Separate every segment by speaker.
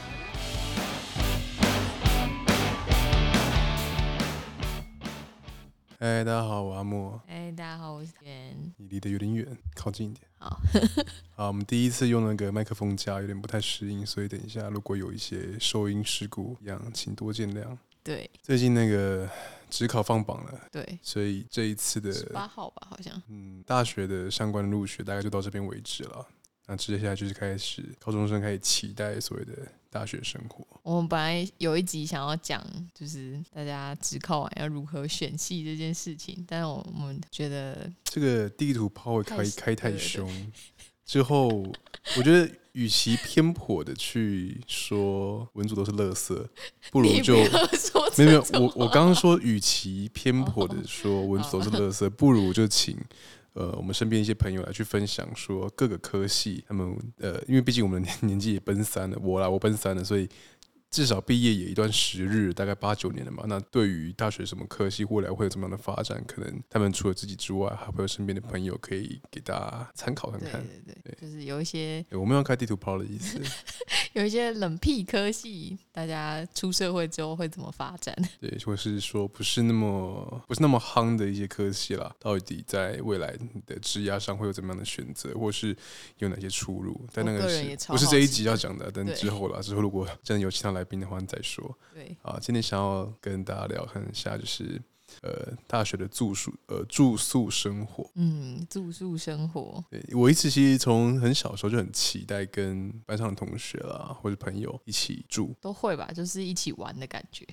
Speaker 1: 嗨，哎大家好，我阿莫，
Speaker 2: 哎，大家好，我是袁。
Speaker 1: 你离得有点远，靠近一点。
Speaker 2: 好，
Speaker 1: 好，我们第一次用那个麦克风架有点不太适应，所以等一下如果有一些收音事故一样，请多见谅。
Speaker 2: 对
Speaker 1: 最近那个职考放榜了，
Speaker 2: 对，
Speaker 1: 所以这一次
Speaker 2: 十
Speaker 1: 的
Speaker 2: 八号吧，好像
Speaker 1: 嗯大学的相关入学大概就到这边为止了。那接下来就是开始高中生开始期待所谓的大学生活。
Speaker 2: 我们本来有一集想要讲，就是大家只考完要如何选系这件事情，但是我我们觉得
Speaker 1: 这个地图炮会
Speaker 2: 太
Speaker 1: 开
Speaker 2: 凶
Speaker 1: 开太
Speaker 2: 对对对
Speaker 1: 凶，之后我觉得与其偏颇的去说文组都是垃圾，不如
Speaker 2: 你
Speaker 1: 就
Speaker 2: 不要说
Speaker 1: 没
Speaker 2: 这
Speaker 1: 有没有
Speaker 2: 种哦
Speaker 1: 我我刚刚说与其偏颇的说文组都是垃圾，不如就请。呃，我们身边一些朋友来去分享说各个科系，他们呃，因为毕竟我们年 年纪也奔三了，我啦我奔三了，所以至少毕业也一段时日，大概八九年了嘛。那对于大学什么科系，未来会有怎么样的发展，可能他们除了自己之外，还会有身边的朋友可以给大家参考看
Speaker 2: 对
Speaker 1: 看。
Speaker 2: 对对
Speaker 1: 对，
Speaker 2: 就是有一些
Speaker 1: 欸我们要开地图炮的意思，
Speaker 2: 有一些冷僻科系，大家出社会之后会怎么发展？
Speaker 1: 对，或是说不是那么不是那么夯的一些科系啦，到底在未来你的职涯上会有怎么样的选择，或是有哪些出路？但那
Speaker 2: 我
Speaker 1: 个
Speaker 2: 个人
Speaker 1: 是
Speaker 2: 也超
Speaker 1: 不是
Speaker 2: 好
Speaker 1: 这一
Speaker 2: 奇
Speaker 1: 集要讲的？但
Speaker 2: 对
Speaker 1: 之后啦，之后如果真的有其他来宾的话你再说。
Speaker 2: 对，
Speaker 1: 啊，今天想要跟大家聊看一下，就是呃大学的住宿呃住宿生活。
Speaker 2: 嗯，住宿生活，
Speaker 1: 对我一直其实从很小的时候就很期待跟班上的同学啦或者朋友一起住，
Speaker 2: 都会吧，就是一起玩的感觉。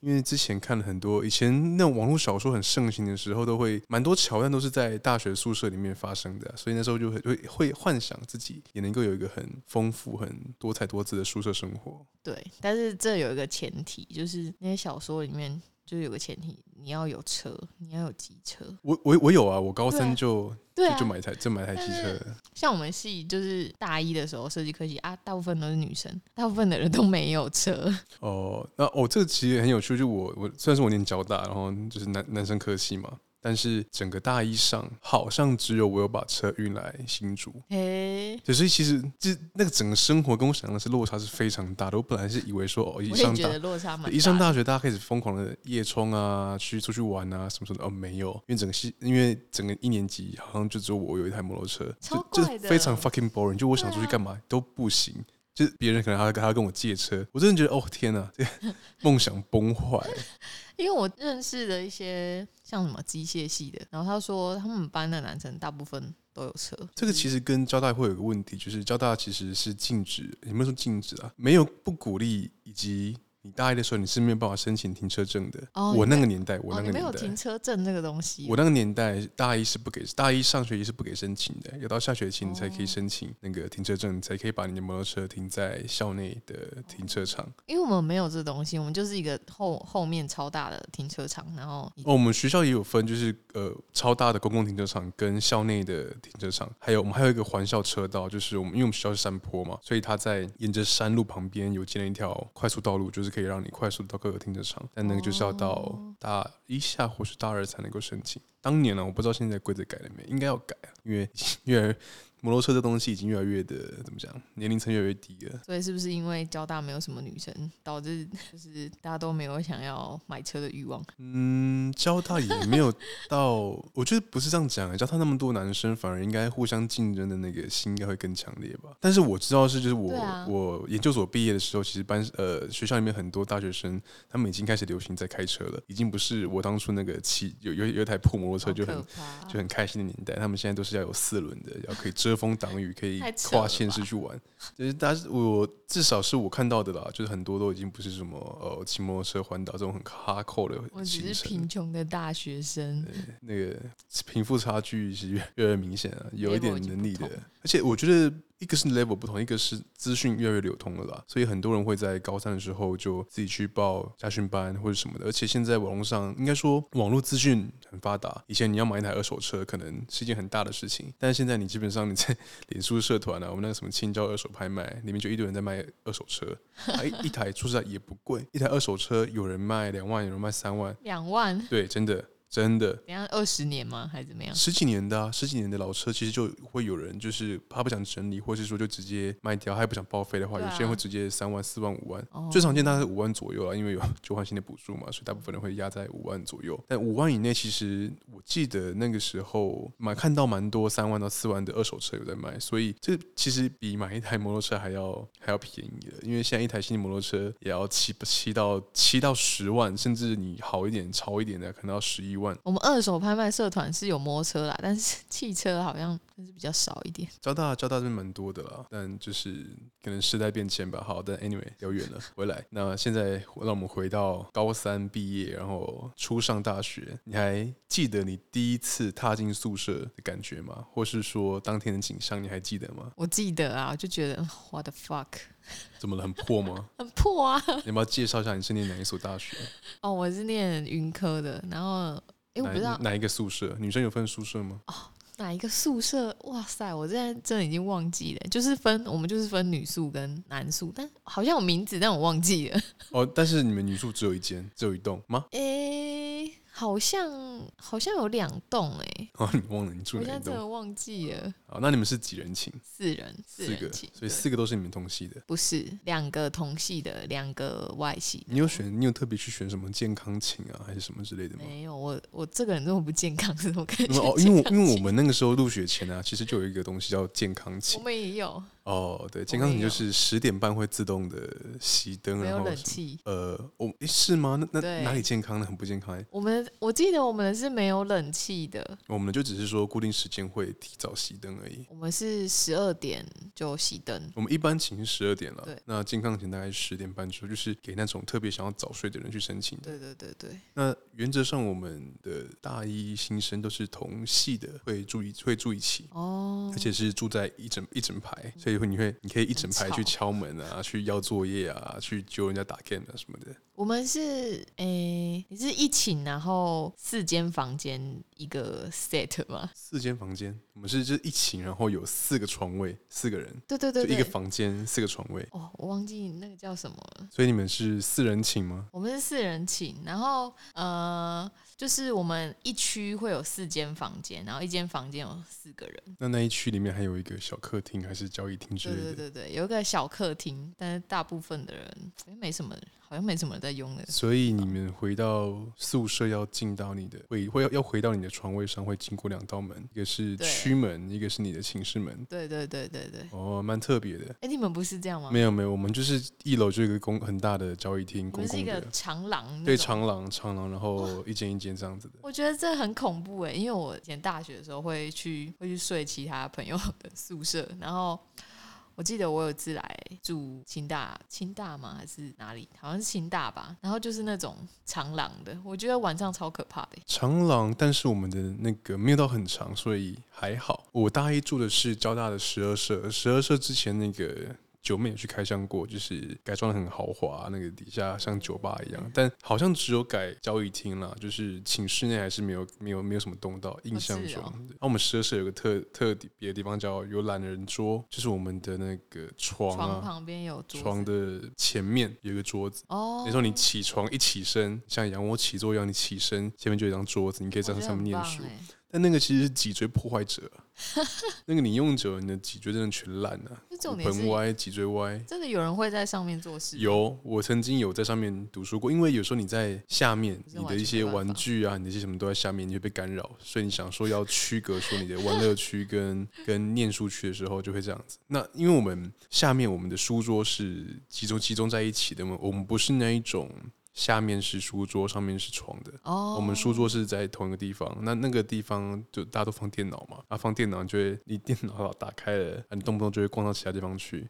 Speaker 1: 因为之前看了很多以前那种网络小说很盛行的时候，都会蛮多桥段都是在大学宿舍里面发生的啊、所以那时候就很会会幻想自己也能够有一个很丰富、很多彩多姿的宿舍生活。
Speaker 2: 对，但是这有一个前提，就是那些小说里面就有个前提，你要有车，你要有机车。
Speaker 1: 我我我有啊，我高
Speaker 2: 对啊
Speaker 1: 三就、
Speaker 2: 对
Speaker 1: 就
Speaker 2: 啊
Speaker 1: 就，买一台就买一台机
Speaker 2: 但
Speaker 1: 车
Speaker 2: 是
Speaker 1: 了。
Speaker 2: 像我们系就是大一的时候设计科系啊，大部分都是女生，大部分的人都没有车。
Speaker 1: 哦，那哦，这个其实很有趣，就我我虽然说我念交大，然后就是男男生科系嘛，但是整个大一上好像只有我有把车运来新竹。
Speaker 2: 嘿，
Speaker 1: 对，所以其实这那个整个生活跟我想象的是落差是非常大的。我本来是以为说哦，一
Speaker 2: 我
Speaker 1: 上
Speaker 2: 也觉
Speaker 1: 大
Speaker 2: 得落差蛮
Speaker 1: 一上
Speaker 2: 大的。
Speaker 1: 大学，大家开始疯狂的夜冲啊，去出去玩啊，什么什么的。哦，没有，因为整个系，因为整个一年级好像就只有我有一台摩托车，
Speaker 2: 超
Speaker 1: 就就
Speaker 2: 怪的啊
Speaker 1: 非常 fucking boring。就我想出去干嘛、都不行，就是别人可能还要还要跟我借车，我真的觉得哦天哪，这个 梦想崩坏。
Speaker 2: 因为我认识的一些像什么机械系的，然后他说他们班的男生大部分都有车。
Speaker 1: 这个其实跟交大会有个问题，就是交大其实是禁止，也没有说禁止啊，没有不鼓励以及。你大一的时候你是没有办法申请停车证的。
Speaker 2: 哦
Speaker 1: 我
Speaker 2: 你
Speaker 1: 那
Speaker 2: 没
Speaker 1: 个年代，我
Speaker 2: 哦，
Speaker 1: 那
Speaker 2: 你
Speaker 1: 个
Speaker 2: 没
Speaker 1: 年
Speaker 2: 有
Speaker 1: 代，
Speaker 2: 停车证这个东西
Speaker 1: 我那个年代大一是不给，大一上学期是不给申请的，要到下学期你才可以
Speaker 2: 哦
Speaker 1: 申请那个停车证，你才可以把你的摩托车停在校内的停车场。
Speaker 2: 因为我们没有这东西，我们就是一个后后面超大的停车场，然后你
Speaker 1: 哦，我们学校也有分，就是呃超大的公共停车场跟校内的停车场，还有我们还有一个环校车道，就是我们因为我们学校是山坡嘛，所以它在沿着山路旁边有建了一条快速道路，就是可以让你快速到各个停车场，但那个就是要到
Speaker 2: 哦
Speaker 1: 大一下或是大二才能够申请。当年呢、我不知道现在规则改了没，应该要改，因为 越来越摩托车这东西已经越来越的怎么讲，年龄层越来越低了。
Speaker 2: 所以是不是因为交大没有什么女生，导致就是大家都没有想要买车的欲望？
Speaker 1: 嗯，交大也没有到，我觉得不是这样讲欸。交大那么多男生，反而应该互相竞争的那个心应该会更强烈吧。但是我知道的是，就是我、
Speaker 2: 对啊
Speaker 1: 我研究所毕业的时候，其实班呃学校里面很多大学生，他们已经开始流行在开车了，已经不是我当初那个骑有有有一台破摩托车
Speaker 2: 好
Speaker 1: 就
Speaker 2: 可
Speaker 1: 很
Speaker 2: 怕啊
Speaker 1: 就很开心的年代，他们现在都是要有四轮 的，要可以遮风挡雨，可以
Speaker 2: 太扯
Speaker 1: 跨
Speaker 2: 了
Speaker 1: 县市
Speaker 2: 吧
Speaker 1: 去玩。就是大家我至少是我看到的啦，就是很多都已经不是什么呃骑摩托车环岛这种很哈扣的
Speaker 2: 我
Speaker 1: 行
Speaker 2: 只是
Speaker 1: 程
Speaker 2: 贫
Speaker 1: 了。
Speaker 2: 穷的大学生，
Speaker 1: 那个贫富差距是越越来越明显了，有一
Speaker 2: Level
Speaker 1: 点
Speaker 2: 已经
Speaker 1: 能
Speaker 2: 不
Speaker 1: 力的
Speaker 2: 同，
Speaker 1: 而且我觉得一个是 level 不同，一个是资讯越来越流通了啦，所以很多人会在高三的时候就自己去报家训班或者什么的，而且现在网络上应该说网络资讯很发达，以前你要买一台二手车可能是一件很大的事情，但是现在你基本上你在 脸书社团啊，我们那个什么青椒二手拍卖里面就一堆人在卖二手 车，啊、一一台说实在也不贵，一台二手车有人卖两万，有人卖三万，
Speaker 2: 两万
Speaker 1: 对，真的。真的
Speaker 2: 等一下二十年吗？还是怎么样？
Speaker 1: 十几年的、啊，十几年的老车，其实就会有人就是他不想整理，或是说就直接卖掉，他也不想报废的话，
Speaker 2: 对啊
Speaker 1: 有些人会直接三万、四万、五万，
Speaker 2: 哦
Speaker 1: 最常见大概是五万左右啦，因为有旧换新的补助嘛，所以大部分人会压在五万左右。但五万以内，其实我记得那个时候蛮看到蛮多三万到四万的二手车有在卖，所以这其实比买一台摩托车还要还要便宜的，因为现在一台新的摩托车也要七七到七到十万，甚至你好一点、超一点的，可能要十一万。
Speaker 2: 我们二手拍卖社团是有摩托车啦，但是汽车好像真是比较少一点。
Speaker 1: 交大交大这边蛮多的啦，但就是可能时代变迁吧。好，但 anyway 聊远了，回来。那现在让我们回到高三毕业，然后初上大学，你还记得你第一次踏进宿舍的感觉吗？或是说当天的景象你还记得吗？
Speaker 2: 我记得啊，我就觉得 what the fuck，
Speaker 1: 怎么了？很破 吗？
Speaker 2: 很破啊。
Speaker 1: 你要不要介绍一下你是念哪一所大学？
Speaker 2: 哦，我是念云科的，然后诶，我
Speaker 1: 哪
Speaker 2: 不知道哦
Speaker 1: 哪一个宿舍？女生有分宿舍吗？
Speaker 2: 哪一个宿舍，哇塞，我现在真的已经忘记了，就是分我们就是分女宿跟男宿，但好像有名字，但我忘记了。
Speaker 1: 哦，但是你们女宿只有一间，只有一栋吗？
Speaker 2: 诶、好像好像有两栋诶，
Speaker 1: 哦，你忘了你住
Speaker 2: 我现
Speaker 1: 哪
Speaker 2: 在
Speaker 1: 一栋？
Speaker 2: 真的忘记了，
Speaker 1: 好，那你们是几人寝？
Speaker 2: 四人四
Speaker 1: 四
Speaker 2: 人
Speaker 1: 个，
Speaker 2: 寝，
Speaker 1: 所以
Speaker 2: 对
Speaker 1: 四个都是你们同系的。
Speaker 2: 不是两个同系的，两个外系的。
Speaker 1: 你有选，你有特别去选什么健康琴啊，还是什么之类的吗？
Speaker 2: 没有，我我这个人这么不健康，怎么可以
Speaker 1: 因为
Speaker 2: 去
Speaker 1: 哦，因为
Speaker 2: 健
Speaker 1: 我
Speaker 2: 康
Speaker 1: 因为我
Speaker 2: 器
Speaker 1: 们那个时候入学前啊，其实就有一个东西叫健康
Speaker 2: 我
Speaker 1: 琴。
Speaker 2: 们也有
Speaker 1: 哦，对，健康琴
Speaker 2: 也
Speaker 1: 就
Speaker 2: 有
Speaker 1: 是十点半会自动的熄灯，
Speaker 2: 没
Speaker 1: 然
Speaker 2: 有
Speaker 1: 后
Speaker 2: 冷
Speaker 1: 什么
Speaker 2: 气。
Speaker 1: 呃，我、诶是吗？那那
Speaker 2: 对
Speaker 1: 哪里健康呢？很不健康、欸。
Speaker 2: 我们我记得我们是没有冷气的，
Speaker 1: 我们就只是说固定时间会提早熄灯而已。
Speaker 2: 我们是十二点就熄灯。
Speaker 1: 我们一般寝是十二点了
Speaker 2: 对，
Speaker 1: 那健康琴大概十点半之后，就是给那种特别想要早睡的人去申请的。
Speaker 2: 对对对对，
Speaker 1: 那原则上，我们的大一新生都是同系的，会住一会住一起。
Speaker 2: 哦
Speaker 1: 而，且是住在一整一整排，所以会你会你可以一整排
Speaker 2: 很吵
Speaker 1: 去敲门啊，去要作业啊，去揪人家打 game 啊什么的。
Speaker 2: 我们是诶、你是一寝，然后四间房间一个 set 吗？
Speaker 1: 四间房间，我们是就是一寝，然后有四个床位，四个人，
Speaker 2: 对对
Speaker 1: 就
Speaker 2: 对
Speaker 1: 一个
Speaker 2: 对。
Speaker 1: 房间四个床位。
Speaker 2: 哦，我忘记那个叫什么了。
Speaker 1: 所以你们是四人寝吗？
Speaker 2: 我们是四人寝，然后呃，就是我们一区会有四间房间，然后一间房间有四个人。
Speaker 1: 那那一区里面还有一个小客厅还是交易厅之
Speaker 2: 嗯对
Speaker 1: 类的。
Speaker 2: 对对对，有一个小客厅，但是大部分的人诶没什么，好像没什么人在用的。
Speaker 1: 所以你们回到宿舍要进到你的会会要要回到你的床位上，会经过两道门，一个是
Speaker 2: 对
Speaker 1: 区门，一个是你的寝室门。
Speaker 2: 对对对对对，
Speaker 1: 哦，蛮特别的。
Speaker 2: 哎，你们不是这样吗？
Speaker 1: 没有没有，我们就是一楼就有一个公很大的交易厅，
Speaker 2: 你
Speaker 1: 公
Speaker 2: 们是一
Speaker 1: 共
Speaker 2: 个
Speaker 1: 的，
Speaker 2: 长廊，
Speaker 1: 对，。长廊长廊，然后一间一间这样子的。
Speaker 2: 我觉得这很恐怖哎、因为我以前大学的时候会去会去睡其他朋友的宿舍，然后我记得我有一次来住清大，清大吗还是哪里？好像是清大吧。然后就是那种长廊的，我觉得晚上超可怕的欸、
Speaker 1: 长廊，但是我们的那个没有到很长，所以还好。我大一住的是交大的十二舍，十二舍之前那个九妹也去开箱过，就是改装的很豪华，啊那个底下像酒吧一
Speaker 2: 嗯
Speaker 1: 样，但好像只有改交易厅啦，就是寝室内还是没有没有没有什么动到，印象
Speaker 2: 是
Speaker 1: 中。
Speaker 2: 哦
Speaker 1: 对然后我们十二舍有个特特别的地方叫有懒人桌，就是我们的那个床啊。
Speaker 2: 床旁边有桌子
Speaker 1: 床的前面有一个桌子，
Speaker 2: 哦，
Speaker 1: 那时候你起床一起身，像仰卧起坐一样，你起身前面就有一张桌子，你可以
Speaker 2: 我
Speaker 1: 在
Speaker 2: 觉得
Speaker 1: 上面
Speaker 2: 很
Speaker 1: 念
Speaker 2: 棒
Speaker 1: 书。
Speaker 2: 欸
Speaker 1: 但那个其实是脊椎破坏者 啊，那个你用久了，你的脊椎真的全烂了、
Speaker 2: 就
Speaker 1: 骨
Speaker 2: 重点是
Speaker 1: 盆歪、脊椎歪。
Speaker 2: 真的有人会在上面做事，
Speaker 1: 有，我曾经有在上面读书过，因为有时候你在下面，
Speaker 2: 真
Speaker 1: 你
Speaker 2: 的
Speaker 1: 的
Speaker 2: 完
Speaker 1: 一
Speaker 2: 全
Speaker 1: 些
Speaker 2: 没办
Speaker 1: 玩
Speaker 2: 法
Speaker 1: 具啊，你的一些什么都在下面，你会被干扰，所以你想说要区隔说你的玩乐区 跟跟念书区的时候，就会这样子。那因为我们下面我们的书桌是集中集中在一起的嘛，我们不是那一种下面是书桌，上面是床的，
Speaker 2: 哦，
Speaker 1: 我们书桌是在同一个地方，那那个地方就大家都放电脑嘛，啊，放电脑就会你电脑打开了，啊你动不动就会逛到其他地方 去。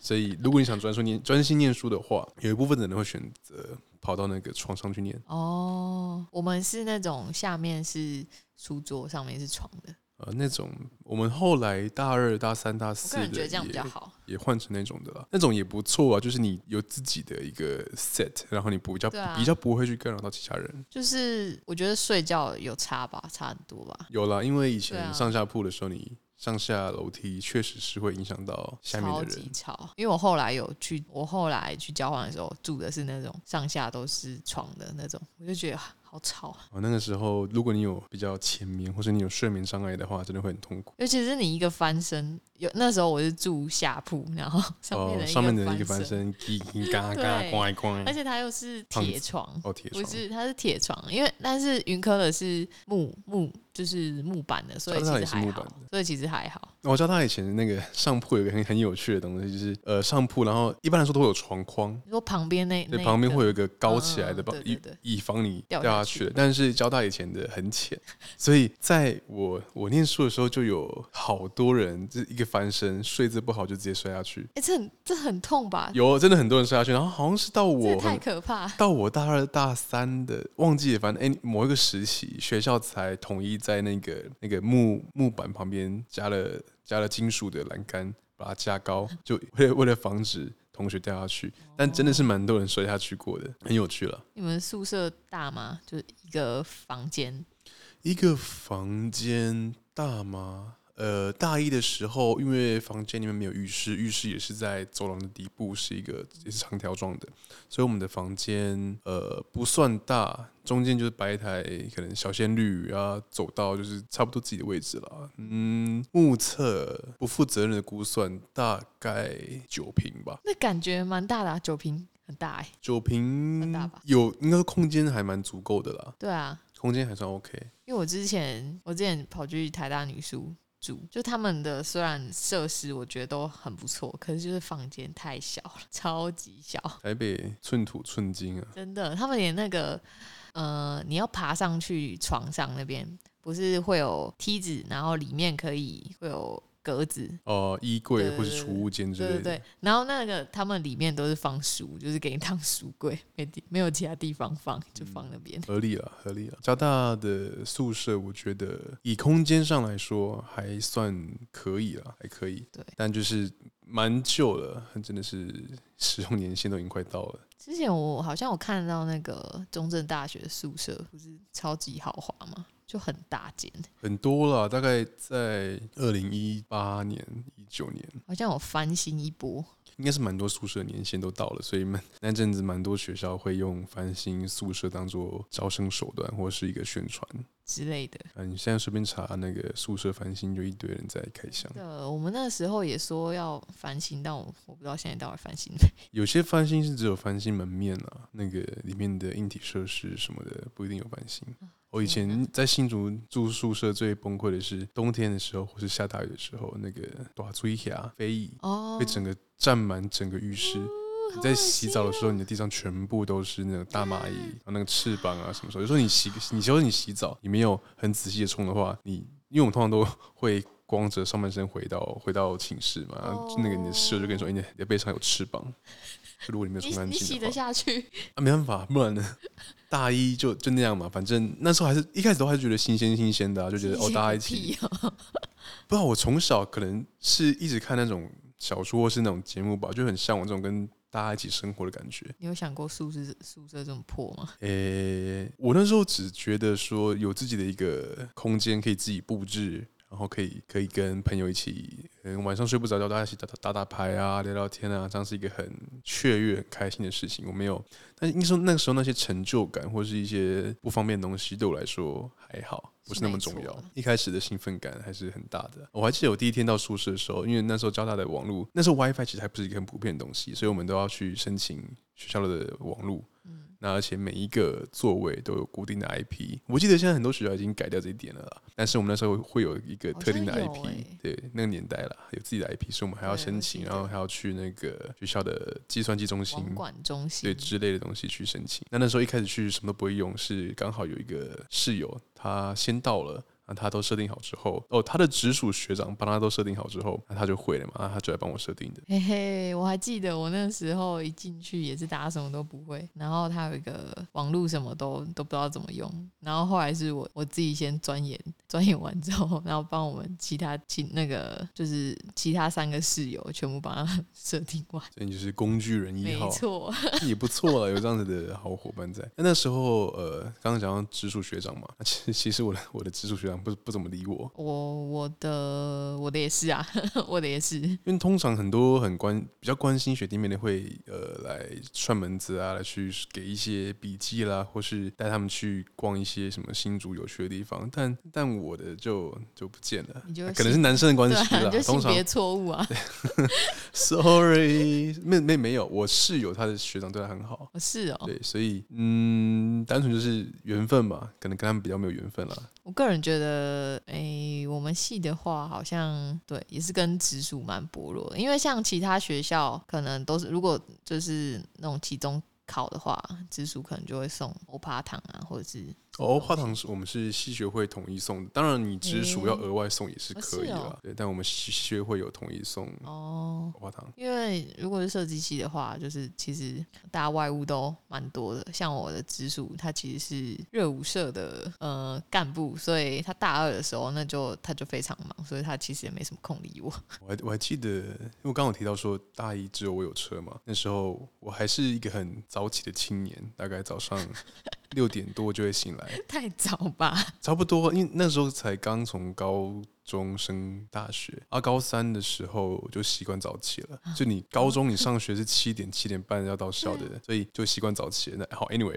Speaker 1: 所以如果你想专注念专心念书的话，有一部分的人会选择跑到那个床上去念。
Speaker 2: 哦，我们是那种下面是书桌，上面是床的，
Speaker 1: 呃，那种我们后来大二、大三、大
Speaker 2: 我
Speaker 1: 四
Speaker 2: 个人觉
Speaker 1: 的
Speaker 2: 得这样比
Speaker 1: 也
Speaker 2: 较好。
Speaker 1: 也换成那种的啦，那种也不错啊。就是你有自己的一个 set，然后你不比较、
Speaker 2: 对啊
Speaker 1: 比较不会去干扰到其他人。
Speaker 2: 就是我觉得睡觉有差吧，差很多吧。
Speaker 1: 有啦，因为以
Speaker 2: 对
Speaker 1: 前
Speaker 2: 啊
Speaker 1: 上下铺的时候，你上下楼梯确实是会影响到下面
Speaker 2: 超
Speaker 1: 的
Speaker 2: 级
Speaker 1: 人。
Speaker 2: 吵，因为我后来有去，我后来去交换的时候住的是那种上下都是床的那种，我就觉得啊好好吵啊，
Speaker 1: 哦，那个时候如果你有比较浅眠，或是你有睡眠障碍的话，真的会很痛苦。
Speaker 2: 尤其是你一个翻身，有那时候我是住下铺，然后上面
Speaker 1: 哦，
Speaker 2: 的
Speaker 1: 上面的一
Speaker 2: 个
Speaker 1: 个翻
Speaker 2: 翻，
Speaker 1: 身，叽叽嘎嘎，
Speaker 2: 对
Speaker 1: 乖乖
Speaker 2: 而。且它又是铁床，
Speaker 1: 哦，铁
Speaker 2: 不
Speaker 1: 床，
Speaker 2: 是它是铁床，因为但是云科的是木木，就是木板的，所以
Speaker 1: 它
Speaker 2: 其
Speaker 1: 那
Speaker 2: 实
Speaker 1: 也是
Speaker 2: 还
Speaker 1: 木
Speaker 2: 好
Speaker 1: 板的，
Speaker 2: 所以其实还好。
Speaker 1: 我知道他以前那个上铺有一个很很有趣的东西，就是呃上铺，然后一般来说都会有床框，
Speaker 2: 你说旁边那
Speaker 1: 对，
Speaker 2: 那
Speaker 1: 旁边
Speaker 2: 个
Speaker 1: 会有一个高起来的吧
Speaker 2: 嗯嗯，对
Speaker 1: 以
Speaker 2: 对对
Speaker 1: 以防你
Speaker 2: 掉
Speaker 1: 掉
Speaker 2: 下
Speaker 1: 下
Speaker 2: 去
Speaker 1: 去的。但是交大以前的很浅，所以在我我念书的时候，就有好多人就是一个翻身，睡姿不好就直接摔下去，
Speaker 2: 哎、这很这很痛吧？
Speaker 1: 有真的很多人摔下去，然后好像是到
Speaker 2: 啊这也
Speaker 1: 我
Speaker 2: 太
Speaker 1: 很
Speaker 2: 可怕。
Speaker 1: 到我大二大三的忘记了，反正哎、某一个时期学校才统一在那个那个木木板旁边加了加了金属的栏杆，把它加高，就为了为了防止同学掉下去。但真的是蛮多人摔下去过的，很有趣了。
Speaker 2: 你们宿舍大吗？就是一个房间，
Speaker 1: 一个房间大吗？呃，大一的时候，因为房间里面没有浴室，浴室也是在走廊的底部，是一个也是长条状的，所以我们的房间呃不算大，中间就是摆一台可能小仙女啊，走到就是差不多自己的位置啦。嗯，目测不负责任的估算大概九平吧，
Speaker 2: 那感觉蛮大的、啊，酒瓶很大哎、
Speaker 1: 九
Speaker 2: 很大
Speaker 1: 平
Speaker 2: 吧
Speaker 1: 有应该说空间还蛮足够的啦，
Speaker 2: 对啊，
Speaker 1: 空间还算 OK。
Speaker 2: 因为我之前我之前跑去台大女宿住，就他们的虽然设施我觉得都很不错，可是就是房间太小了，超级小，
Speaker 1: 台北寸土寸金啊，
Speaker 2: 真的。他们连那个呃，你要爬上去床上那边，不是会有梯子，然后里面可以会有格子，
Speaker 1: 哦，衣柜
Speaker 2: 对
Speaker 1: 或是储物间之
Speaker 2: 对
Speaker 1: 类的。
Speaker 2: 对对，然后那个他们里面都是放书，就是给你当书柜，没地没有其他地方放，就
Speaker 1: 嗯
Speaker 2: 放那边。
Speaker 1: 合理了，合理了。交大的宿舍，我觉得以空间上来说还算可以了，还可以。
Speaker 2: 对
Speaker 1: 但就是蛮旧了，真的是使用年限都已经快到了。
Speaker 2: 之前我好像我看到那个中正大学宿舍不是超级豪华嘛，就很大间，
Speaker 1: 很多了，大概在二零一八年、一九年，
Speaker 2: 好像有翻新一波。
Speaker 1: 应该是蛮多宿舍年限都到了，所以蛮那阵子蛮多学校会用翻新宿舍当做招生手段或是一个宣传。
Speaker 2: 之类的，
Speaker 1: 啊，你现在随便查那个宿舍翻新，就一堆人在开箱。
Speaker 2: 呃，我们那时候也说要翻新，但我我不知道现在到底翻新没。
Speaker 1: 有些翻新是只有翻新门面啊，那个里面的硬体设施什么的不一定有翻新。我以
Speaker 2: 天哪
Speaker 1: 前在新竹住宿舍最崩溃的是冬天的时候，或是下大雨的时候，那个大水牙飞蚁
Speaker 2: 哦
Speaker 1: 会，整个占满整个浴室。你在洗澡的时候，你的地上全部都是那种大蚂蚁， 然后那个翅膀啊什么时候？有时候你洗，你有时候你洗澡，你没有很仔细的冲的话，你因为我们通常都会光着上半身回到回到寝室嘛，然后那个你的室友就跟你说，哎你的你的背上有翅膀，就 如果你没有
Speaker 2: 你
Speaker 1: 冲干
Speaker 2: 你洗
Speaker 1: 净的
Speaker 2: 得
Speaker 1: 话，
Speaker 2: 下去？
Speaker 1: 啊，没办法，不然呢？大一就就那样嘛，啊反正那时候还是一开始都还是觉得新鲜新鲜的、啊，就觉得哦，大家一起
Speaker 2: 屁哦，
Speaker 1: 不知道我从小可能是一直看那种小说或是那种节目吧，就很向往这种跟大家一起生活的感觉。
Speaker 2: 你有想过宿舍宿舍这么破吗？
Speaker 1: 诶、我那时候只觉得说有自己的一个空间可以自己布置，然后可以可以跟朋友一起，嗯，晚上睡不着觉，大家一起打打打打牌啊，聊聊天啊，这样是一个很雀跃、很开心的事情。我没有，但应该说那个时候那些成就感或是一些不方便的东西，对我来说还好，不是那么重
Speaker 2: 是没
Speaker 1: 要
Speaker 2: 错。
Speaker 1: 一开始的兴奋感还是很大的。我还记得我第一天到宿舍的时候，因为那时候交大的网络，那时候 WiFi 其实还不是一个很普遍的东西，所以我们都要去申请学校的网络。
Speaker 2: 嗯
Speaker 1: 那而且每一个座位都有固定的 IP，我记得现在很多学校已经改掉这一点了啦。但是我们那时候会有一个特定的
Speaker 2: 好像有
Speaker 1: IP，、
Speaker 2: 欸
Speaker 1: 对那个年代啦，有自己的 IP，所以我们还要
Speaker 2: 对
Speaker 1: 申
Speaker 2: 我
Speaker 1: 请，
Speaker 2: 记
Speaker 1: 然
Speaker 2: 得
Speaker 1: 后还要去那个学校的计算机中心
Speaker 2: 网管中心
Speaker 1: 对之类的东西去申请。那那时候一开始去什么都不会用，是刚好有一个室友他先到了。那他都设定好之后，哦，他的直属学长帮他都设定好之后，那他就会了嘛，啊那他就来帮我设定的。
Speaker 2: 嘿嘿，我还记得我那时候一进去也是大家什么都不会，然后它有一个网络什么都都不知道怎么用，然后后来是我我自己先钻研，钻研完之后，然后帮我们其他其那个就是其他三个室友全部帮他们 设定完，
Speaker 1: 所以你就是工具人一
Speaker 2: 没
Speaker 1: 号，
Speaker 2: 错，
Speaker 1: 也不错了，有这样子的好伙伴在。那那时候，呃，刚刚讲到直属学长嘛，其实其实我的我的直属学长样，不不怎么理我。
Speaker 2: 我我的我的也是啊， 我的也是，
Speaker 1: 因为通常很多很关比较关心学弟妹的会呃来串门子啊，来去给一些笔记啦，或是带他们去逛一些什么新竹有趣的地方，但但我的就就不见了
Speaker 2: 你就，
Speaker 1: 可能是男生的关
Speaker 2: 对
Speaker 1: 系
Speaker 2: 啊，
Speaker 1: 啦
Speaker 2: 你就。
Speaker 1: 通
Speaker 2: 性
Speaker 1: 常
Speaker 2: 别错误啊。
Speaker 1: sorry，没没没有，我室友他的学长对他很好，
Speaker 2: 我是哦，
Speaker 1: 对，所以嗯，单纯就是缘分吧，可能跟他们比较没有缘分啦。
Speaker 2: 我个人觉得，诶、我们系的话，好像对也是跟直属蛮薄弱的，因为像其他学校可能都是，如果就是那种期中考的话，直属可能就会送欧趴糖啊，或者是
Speaker 1: 哦，花糖是我们是系学会统一送的，当然你直属
Speaker 2: 诶
Speaker 1: 要额外送也是可以
Speaker 2: 是
Speaker 1: 啦。
Speaker 2: 哦
Speaker 1: 对，但我们系学会有统一送
Speaker 2: 哦。
Speaker 1: 花糖。
Speaker 2: 因为如果是设计系的话，就是其实大家外务都蛮多的。像我的直属，他其实是热舞社的呃干部，所以他大二的时候，那就他就非常忙，所以他其实也没什么空理我。
Speaker 1: 我还我还记得，因为刚刚有提到说大一只有我有车嘛，那时候我还是一个很早起的青年，大概早上六点多就会醒来，
Speaker 2: 太早吧？
Speaker 1: 差不多，因为那时候才刚从高中升大学，啊，高三的时候我就习惯早起了。就你高中你上学是七点七点半要到校的，所以就习惯早起。那好，anyway，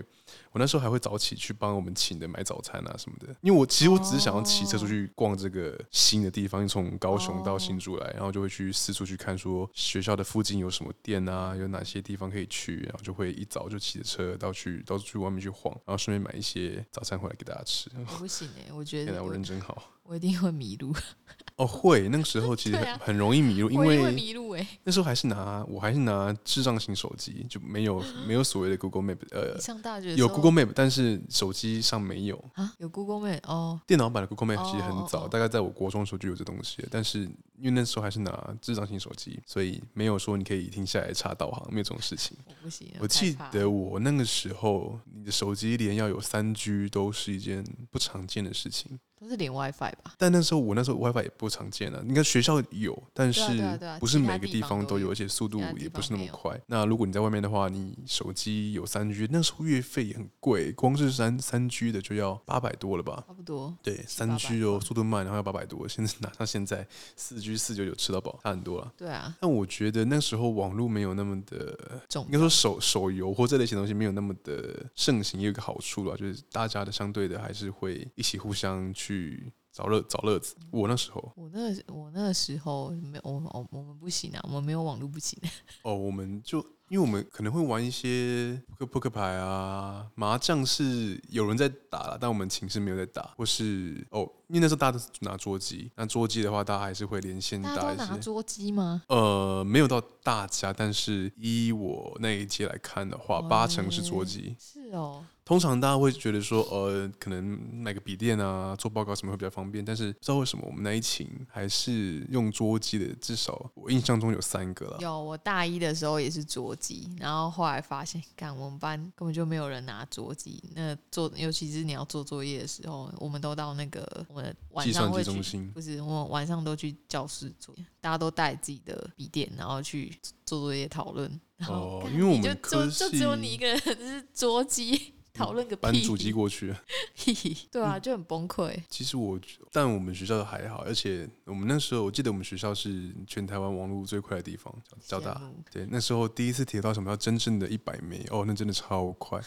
Speaker 1: 我那时候还会早起去帮我们请的买早餐啊什么的，因为我其实我只是想要骑车出去逛这个新的地方，因为从高雄到新竹来，然后就会去四处去看说学校的附近有什么店啊，有哪些地方可以去，然后就会一早就骑着车到去到处去外面去晃，然后顺便买一些早餐回来给大家吃。
Speaker 2: 我不行哎、我觉
Speaker 1: 天哪，
Speaker 2: 得
Speaker 1: 我
Speaker 2: 我
Speaker 1: 人真好。
Speaker 2: 我一定会迷路，
Speaker 1: 哦，会那个时候其实
Speaker 2: 对
Speaker 1: 很,、
Speaker 2: 啊
Speaker 1: 很容易迷路，因
Speaker 2: 我一定会
Speaker 1: 为
Speaker 2: 迷路哎、
Speaker 1: 那时候还是拿我还是拿智障型手机，就没有没有所谓的 Google Map，
Speaker 2: 嗯你
Speaker 1: 呃，
Speaker 2: 上大学的时
Speaker 1: 有
Speaker 2: 候
Speaker 1: Google Map，但是手机上没有。
Speaker 2: 啊？有 Google Map 哦，
Speaker 1: 电脑版的 Google Map 其实很
Speaker 2: 哦
Speaker 1: 早，
Speaker 2: 哦哦
Speaker 1: 大概在我国中的时候就有这东西了，但是因为那时候还是拿智障型手机，所以没有说你可以停下来查导航，没有这种事情。
Speaker 2: 我不行，
Speaker 1: 我记
Speaker 2: 太怕了
Speaker 1: 得我那个时候，你的手机连要有三 G 都是一件不常见的事情。
Speaker 2: 都是连 WiFi 吧？
Speaker 1: 但那时候我那时候 WiFi 也不常见啊，应该学校有，但是
Speaker 2: 对啊对啊对啊
Speaker 1: 不是
Speaker 2: 其他
Speaker 1: 每个
Speaker 2: 地
Speaker 1: 地
Speaker 2: 方
Speaker 1: 方
Speaker 2: 都
Speaker 1: 都
Speaker 2: 有
Speaker 1: 有，而且速度
Speaker 2: 其他地
Speaker 1: 也不
Speaker 2: 方
Speaker 1: 是那么
Speaker 2: 没有
Speaker 1: 快。那如果你在外面的话，你手机有三 G，那时候月费也很贵，光是三三 G 的就要八百多了吧？
Speaker 2: 差不多，
Speaker 1: 对，
Speaker 2: 七
Speaker 1: 三
Speaker 2: 八
Speaker 1: G
Speaker 2: 百
Speaker 1: 哦，
Speaker 2: 吧
Speaker 1: 速度慢，然后要八百多，现在拿到现在四 G 四九九吃到饱，差很多了。
Speaker 2: 对啊，
Speaker 1: 但我觉得那时候网络没有那么的，
Speaker 2: 重
Speaker 1: 应该说手手游或这类型东西没有那么的盛行，也有一个好处啦，就是大家的相对的还是会一起互相去找乐找乐子。我那时候
Speaker 2: 我那我那时候没有，我我我们不行啊，我们没有网络不行。
Speaker 1: 哦，我们就因为我们可能会玩一些扑克扑克牌啊，麻将是有人在打啦，但我们寝室没有在打，或是哦，因为那时候大家都拿桌机，那桌机的话，大家还是会连线
Speaker 2: 大家
Speaker 1: 打
Speaker 2: 都
Speaker 1: 一
Speaker 2: 拿
Speaker 1: 些。
Speaker 2: 桌机吗？
Speaker 1: 呃，没有到大家，但是依我那一届来看的话，八成是桌
Speaker 2: 喂
Speaker 1: 机。
Speaker 2: 是哦，
Speaker 1: 通常大家会觉得说，呃，可能买个笔电啊，做报告什么会比较方便，但是不知道为什么我们那一群还是用桌机的，至少我印象中有三个了。
Speaker 2: 有我大一的时候也是桌机，然后后来发现，干我们班根本就没有人拿桌机。那做，尤其是你要做作业的时候，我们都到那个我们晚
Speaker 1: 计算
Speaker 2: 上
Speaker 1: 机
Speaker 2: 会
Speaker 1: 中
Speaker 2: 去哦
Speaker 1: 心，
Speaker 2: 不是我们晚上都去教室做，大家都带自己的笔电，然后去做作业讨论。然后
Speaker 1: 哦
Speaker 2: 干
Speaker 1: 因为我
Speaker 2: 你就
Speaker 1: 们
Speaker 2: 就
Speaker 1: 科
Speaker 2: 就只有你
Speaker 1: 系
Speaker 2: 一个人是桌机，讨论个
Speaker 1: 搬
Speaker 2: 屁！
Speaker 1: 主机过去。
Speaker 2: 屁， 对啊，就很崩溃。
Speaker 1: 其实我，但我们学校还好，而且我们那时候，我记得我们学校是全台湾网络最快的地方，交
Speaker 2: 羡
Speaker 1: 大。
Speaker 2: 慕
Speaker 1: 对，那时候第一次体验到什么叫真正的一百枚哦，那真的超快。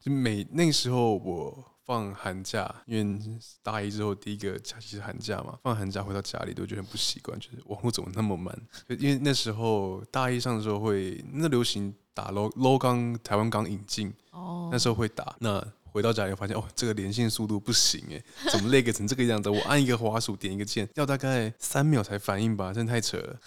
Speaker 1: 就每那个时候我放寒假，因为大一之后第一个假期是寒假嘛，放寒假回到家里都觉得很不习惯，就是网络怎么那么慢？就因为那时候大一上的时候会那流行打 low low 刚台湾刚引进，
Speaker 2: 哦，
Speaker 1: 那时候会打，那回到家里发现哦，这个连线速度不行 哎，怎么 lag 成这个样子？我按一个滑鼠点一个键，要大概三秒才反应吧，真的太扯了。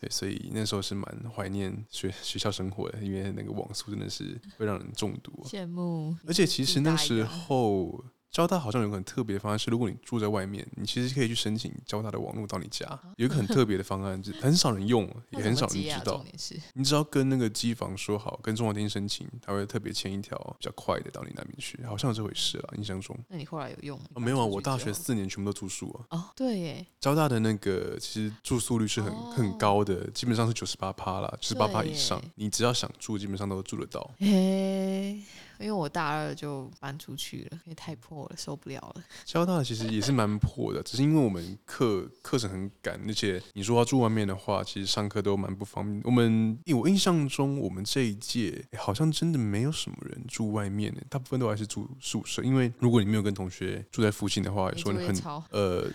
Speaker 1: 对，所以那时候是蛮怀念学学校生活的，因为那个网速真的是会让人中毒、哦
Speaker 2: 羡慕。
Speaker 1: 而且其实那时
Speaker 2: 你是
Speaker 1: 候。交大好像有个很特别的方案是，如果你住在外面，你其实可以去申请交大的网络到你家。有一个很特别的方案，就很少人用，也
Speaker 2: 啊那
Speaker 1: 很
Speaker 2: 怎
Speaker 1: 少
Speaker 2: 么
Speaker 1: 人
Speaker 2: 接啊
Speaker 1: 知道
Speaker 2: 重。点是
Speaker 1: 你只要跟那个机房说好，跟中华电信申请，他会特别签一条比较快的到你那边去，好像有这回事啊，印象中。
Speaker 2: 哦那你后来有用吗？
Speaker 1: 啊、没有啊，
Speaker 2: 你
Speaker 1: 我大
Speaker 2: 搬出
Speaker 1: 学
Speaker 2: 去之后
Speaker 1: 四年全部都住宿啊。
Speaker 2: 哦，对耶，
Speaker 1: 交大的那个其实住宿率是很、
Speaker 2: 哦
Speaker 1: 很高的，基本上是九十八趴啦，九十八趴以上
Speaker 2: 对耶。
Speaker 1: 你只要想住，基本上都住得到。
Speaker 2: 诶，因为我大二就搬出去了，因为太破了，受不了了。
Speaker 1: 交大其实也是蛮破的，只是因为我们课课程很赶，而且你说要住外面的话，其实上课都蛮不方便。我们我印象中，我们这一届、诶好像真的没有什么人住外面的，大部分都还是住宿舍。因为如果你没有跟同学住在附近的话，有时候
Speaker 2: 你
Speaker 1: 你
Speaker 2: 哎作
Speaker 1: 很
Speaker 2: 业超
Speaker 1: 呃，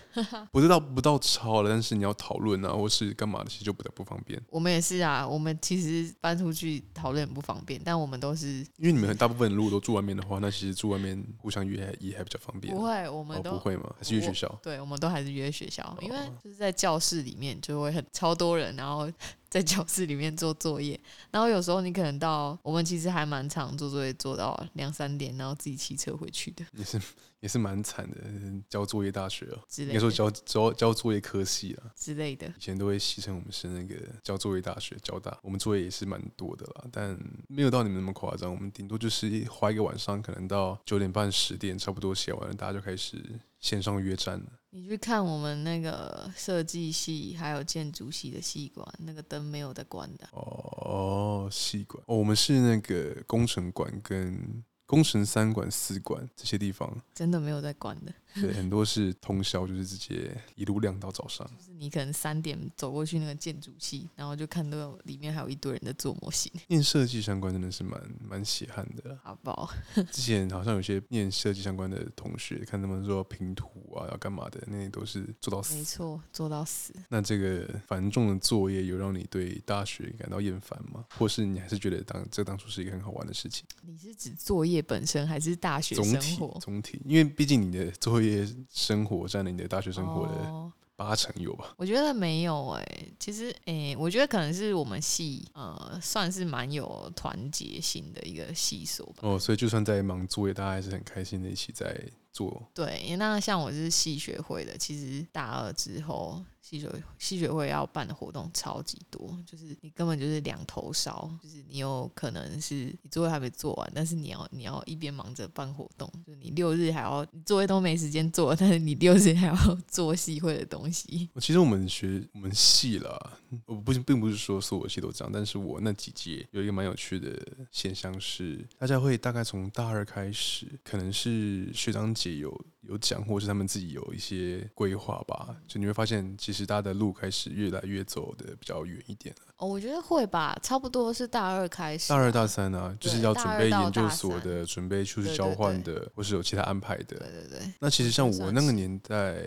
Speaker 1: 不是到不到超了，但是你要讨论啊，或是干嘛的，其实就比较不方便。
Speaker 2: 我们也是啊，我们其实搬出去讨论很不方便，但我们都是
Speaker 1: 因为你们大部分如果都住外面的话，那其实住外面互相约还也还比较方便。
Speaker 2: 不会，我们
Speaker 1: 哦，
Speaker 2: 都、
Speaker 1: 不会哦吗？还是约学校？
Speaker 2: 对，我们都还是约学校，因为就是在教室里面就会很超多人，然后在教室里面做作业， 然后有时候你可能到我们其实还蛮常做作业做到两三点，然后自己骑车回去的
Speaker 1: 也是 也是蛮惨的，嗯交作业大学啊，
Speaker 2: 之
Speaker 1: 应
Speaker 2: 类
Speaker 1: 该说
Speaker 2: 的
Speaker 1: 交交交作业科系啊。
Speaker 2: 之类的。
Speaker 1: 以前都会戏称我们是那个交作业大学，交大我们作业也是蛮多的啦，但没有到你们那么夸张。我们顶多就是花一个晚上，可能到九点半十点差不多写完了，大家就开始线上约战了。
Speaker 2: 你去看我们那个设计系还有建筑系的系馆，那个灯没有在关的，
Speaker 1: 哦，系馆哦，我们是那个工程馆跟工程三馆、四馆这些地方，
Speaker 2: 真的没有在关的，
Speaker 1: 对，很多是通宵，就是直接一路亮到早上。
Speaker 2: 就是你可能三点走过去那个建筑系，然后就看到里面还有一堆人在做模型，。
Speaker 1: 念设计相关真的是蛮蛮血汗的啦
Speaker 2: 好不好？
Speaker 1: 之前好像有些念设计相关的同学，看他们说拼图啊，要干嘛的，那些都是做到
Speaker 2: 没
Speaker 1: 死。
Speaker 2: 错，做到死。
Speaker 1: 那这个繁重的作业有让你对大学感到厌烦吗？或是你还是觉得当这当初是一个很好玩的事情？
Speaker 2: 你是指作业本身，还是大学
Speaker 1: 总
Speaker 2: 生
Speaker 1: 体
Speaker 2: 活？
Speaker 1: 总体，因为毕竟你的作业生活占了你的大学生活的
Speaker 2: 哦、
Speaker 1: 八成有吧？
Speaker 2: 我觉得没有诶、其实诶、我觉得可能是我们系呃，算是蛮有团结性的一个系所吧。
Speaker 1: 哦，所以就算在忙作业，大家还是很开心的一起在做。
Speaker 2: 对，那像我是系学会的，其实大二之后，系学系学会要办的活动超级多，就是你根本就是两头烧，就是你有可能是你作业还没做完，但是你要你要一边忙着办活动，就是你六日还要你作业都没时间做，但是你六日还要做系会的东西。
Speaker 1: 其实我们学我们系啦，我不并不是说所有系都这样，但是我那几届有一个蛮有趣的现象是，大家会大概从大二开始，可能是学长姐有有讲，或是他们自己有一些规划吧，就你会发现，其实大家的路开始越来越走的比较远一点。
Speaker 2: 哦，我觉得会吧，差不多是大二开始
Speaker 1: 大二大三啊，就是
Speaker 2: 对
Speaker 1: 要
Speaker 2: 大
Speaker 1: 准
Speaker 2: 二
Speaker 1: 备
Speaker 2: 到
Speaker 1: 研究
Speaker 2: 大
Speaker 1: 所
Speaker 2: 三
Speaker 1: 的，准备出去
Speaker 2: 对
Speaker 1: 交
Speaker 2: 对
Speaker 1: 换的，或是有其他安排的
Speaker 2: 对。对对，
Speaker 1: 那其实像我
Speaker 2: 算
Speaker 1: 那个
Speaker 2: 是
Speaker 1: 年代，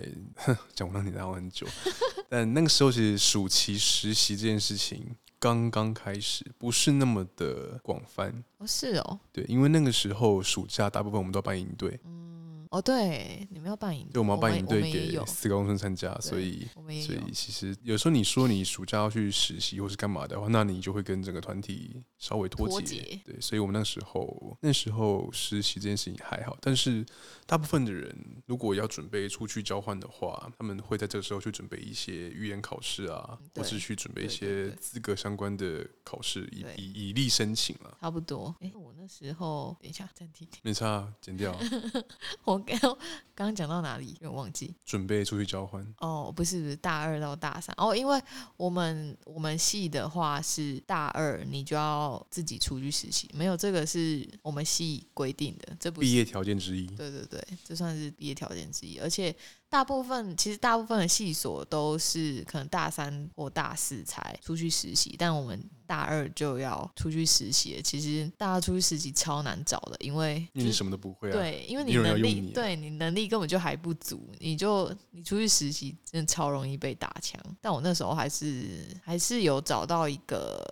Speaker 1: 讲我那个年代好像很久， 但那个时候其实暑期实习这件事情刚刚开始，不是那么的广泛。
Speaker 2: 哦是哦，
Speaker 1: 对，因为那个时候暑假大部分我们都要办营队，
Speaker 2: 哦对，你们要办营队，
Speaker 1: 对，我们要办营队
Speaker 2: 我们也
Speaker 1: 给
Speaker 2: 有，
Speaker 1: 四高中生参加，所
Speaker 2: 对
Speaker 1: 以
Speaker 2: 我们也
Speaker 1: 所
Speaker 2: 有。
Speaker 1: 以其实有时候你说你暑假要去实习或是干嘛的话，那你就会跟整个团体稍微脱节。
Speaker 2: 脱节
Speaker 1: 对，所以我们那时候那时候实习这件事情还好，但是大部分的人如果要准备出去交换的话，他们会在这个时候去准备一些语言考试啊，或
Speaker 2: 嗯对
Speaker 1: 是去准备一
Speaker 2: 对对
Speaker 1: 些
Speaker 2: 对
Speaker 1: 资格相关的考试，以
Speaker 2: 对
Speaker 1: 以以力申请了、啊。
Speaker 2: 差不多。哎、我那时候等一下暂停，
Speaker 1: 没差啊，剪 掉啊
Speaker 2: 我刚刚刚讲到哪里？有点忘记。
Speaker 1: 准备出去交换。
Speaker 2: 哦，不是不是，大二到大三哦，因为我们我们系的话是大二你就要自己出去实习，没有这个是我们系规定的，这不
Speaker 1: 毕
Speaker 2: 是。
Speaker 1: 业条件之一，
Speaker 2: 对对对，这算是毕业条件之一，而且大部分其实大部分的系所都是可能大三或大四才出去实习，但我们大二就要出去实习了。其实大家出去实习超难找的，因为
Speaker 1: 因为你什么都不会啊。
Speaker 2: 对，因为
Speaker 1: 没
Speaker 2: 你
Speaker 1: 有人
Speaker 2: 能
Speaker 1: 要用
Speaker 2: 力，
Speaker 1: 你啊
Speaker 2: 对你能力根本就还不足，你就你出去实习真的超容易被打枪。但我那时候还是还是有找到一个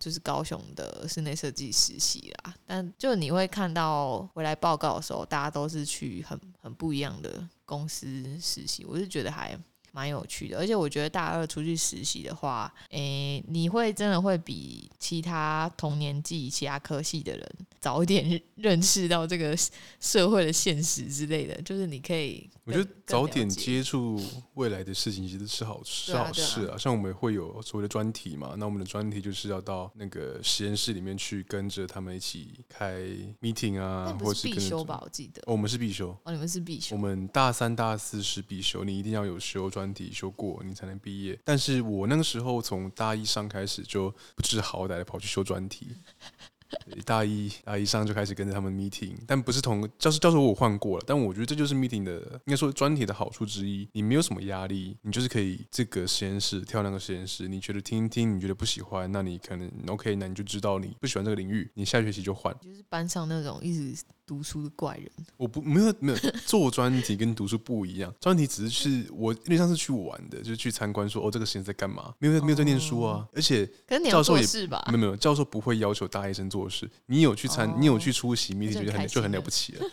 Speaker 2: 就是高雄的室内设计实习啦，但就你会看到回来报告的时候，大家都是去很很不一样的公司实习，我是觉得还。蛮有趣的，而且我觉得大二出去实习的话，诶、你会真的会比其他同年纪、其他科系的人早一点认认识到这个社会的现实之类的，就是你可以
Speaker 1: 我
Speaker 2: 更，
Speaker 1: 觉得早
Speaker 2: 更了
Speaker 1: 点
Speaker 2: 解
Speaker 1: 接触未来的事情其实是好是
Speaker 2: 对啊
Speaker 1: 好
Speaker 2: 对啊
Speaker 1: 事啊。像我们会有所谓的专题嘛，那我们的专题就是要到那个实验室里面去跟着他们一起开 meeting 啊
Speaker 2: 但，
Speaker 1: 或
Speaker 2: 不
Speaker 1: 者
Speaker 2: 是
Speaker 1: 是
Speaker 2: 必
Speaker 1: 跟着
Speaker 2: 修
Speaker 1: 专
Speaker 2: 吧？？我记得
Speaker 1: 哦，我们是必修。
Speaker 2: 哦，你们是必
Speaker 1: 我
Speaker 2: 修，
Speaker 1: 们大三、大四是必修，你一定要有修专题修过，你才能毕业。但是我那个时候从大一上开始就不知好歹的跑去修专题， 大一大一上就开始跟着他们 meeting，但不是同教室教授我有换过了，但我觉得这就是 meeting 的应该说专题的好处之一，你没有什么压力，你就是可以这个实验室跳那个实验室，你觉得听一听，你觉得不喜欢，那你可能 OK，那你就知道你不喜欢这个领域，你下学期就换。
Speaker 2: 就是班上那种一直读书的怪人，
Speaker 1: 我不没有没有做专题跟读书不一样， 专题只是去我因为像是去玩的，就是去参观说哦这个实验室在干嘛，没有在没有
Speaker 2: 哦
Speaker 1: 在念书啊，而且
Speaker 2: 可是你
Speaker 1: 教
Speaker 2: 有
Speaker 1: 授
Speaker 2: 做
Speaker 1: 也嗯
Speaker 2: 事吧
Speaker 1: 没？有没有，教授不会要求大一生做事。你有去参，你有去出席 meeting，就觉
Speaker 2: 哦就很
Speaker 1: 得很
Speaker 2: 开
Speaker 1: 就很
Speaker 2: 心
Speaker 1: 了
Speaker 2: 了
Speaker 1: 不起了。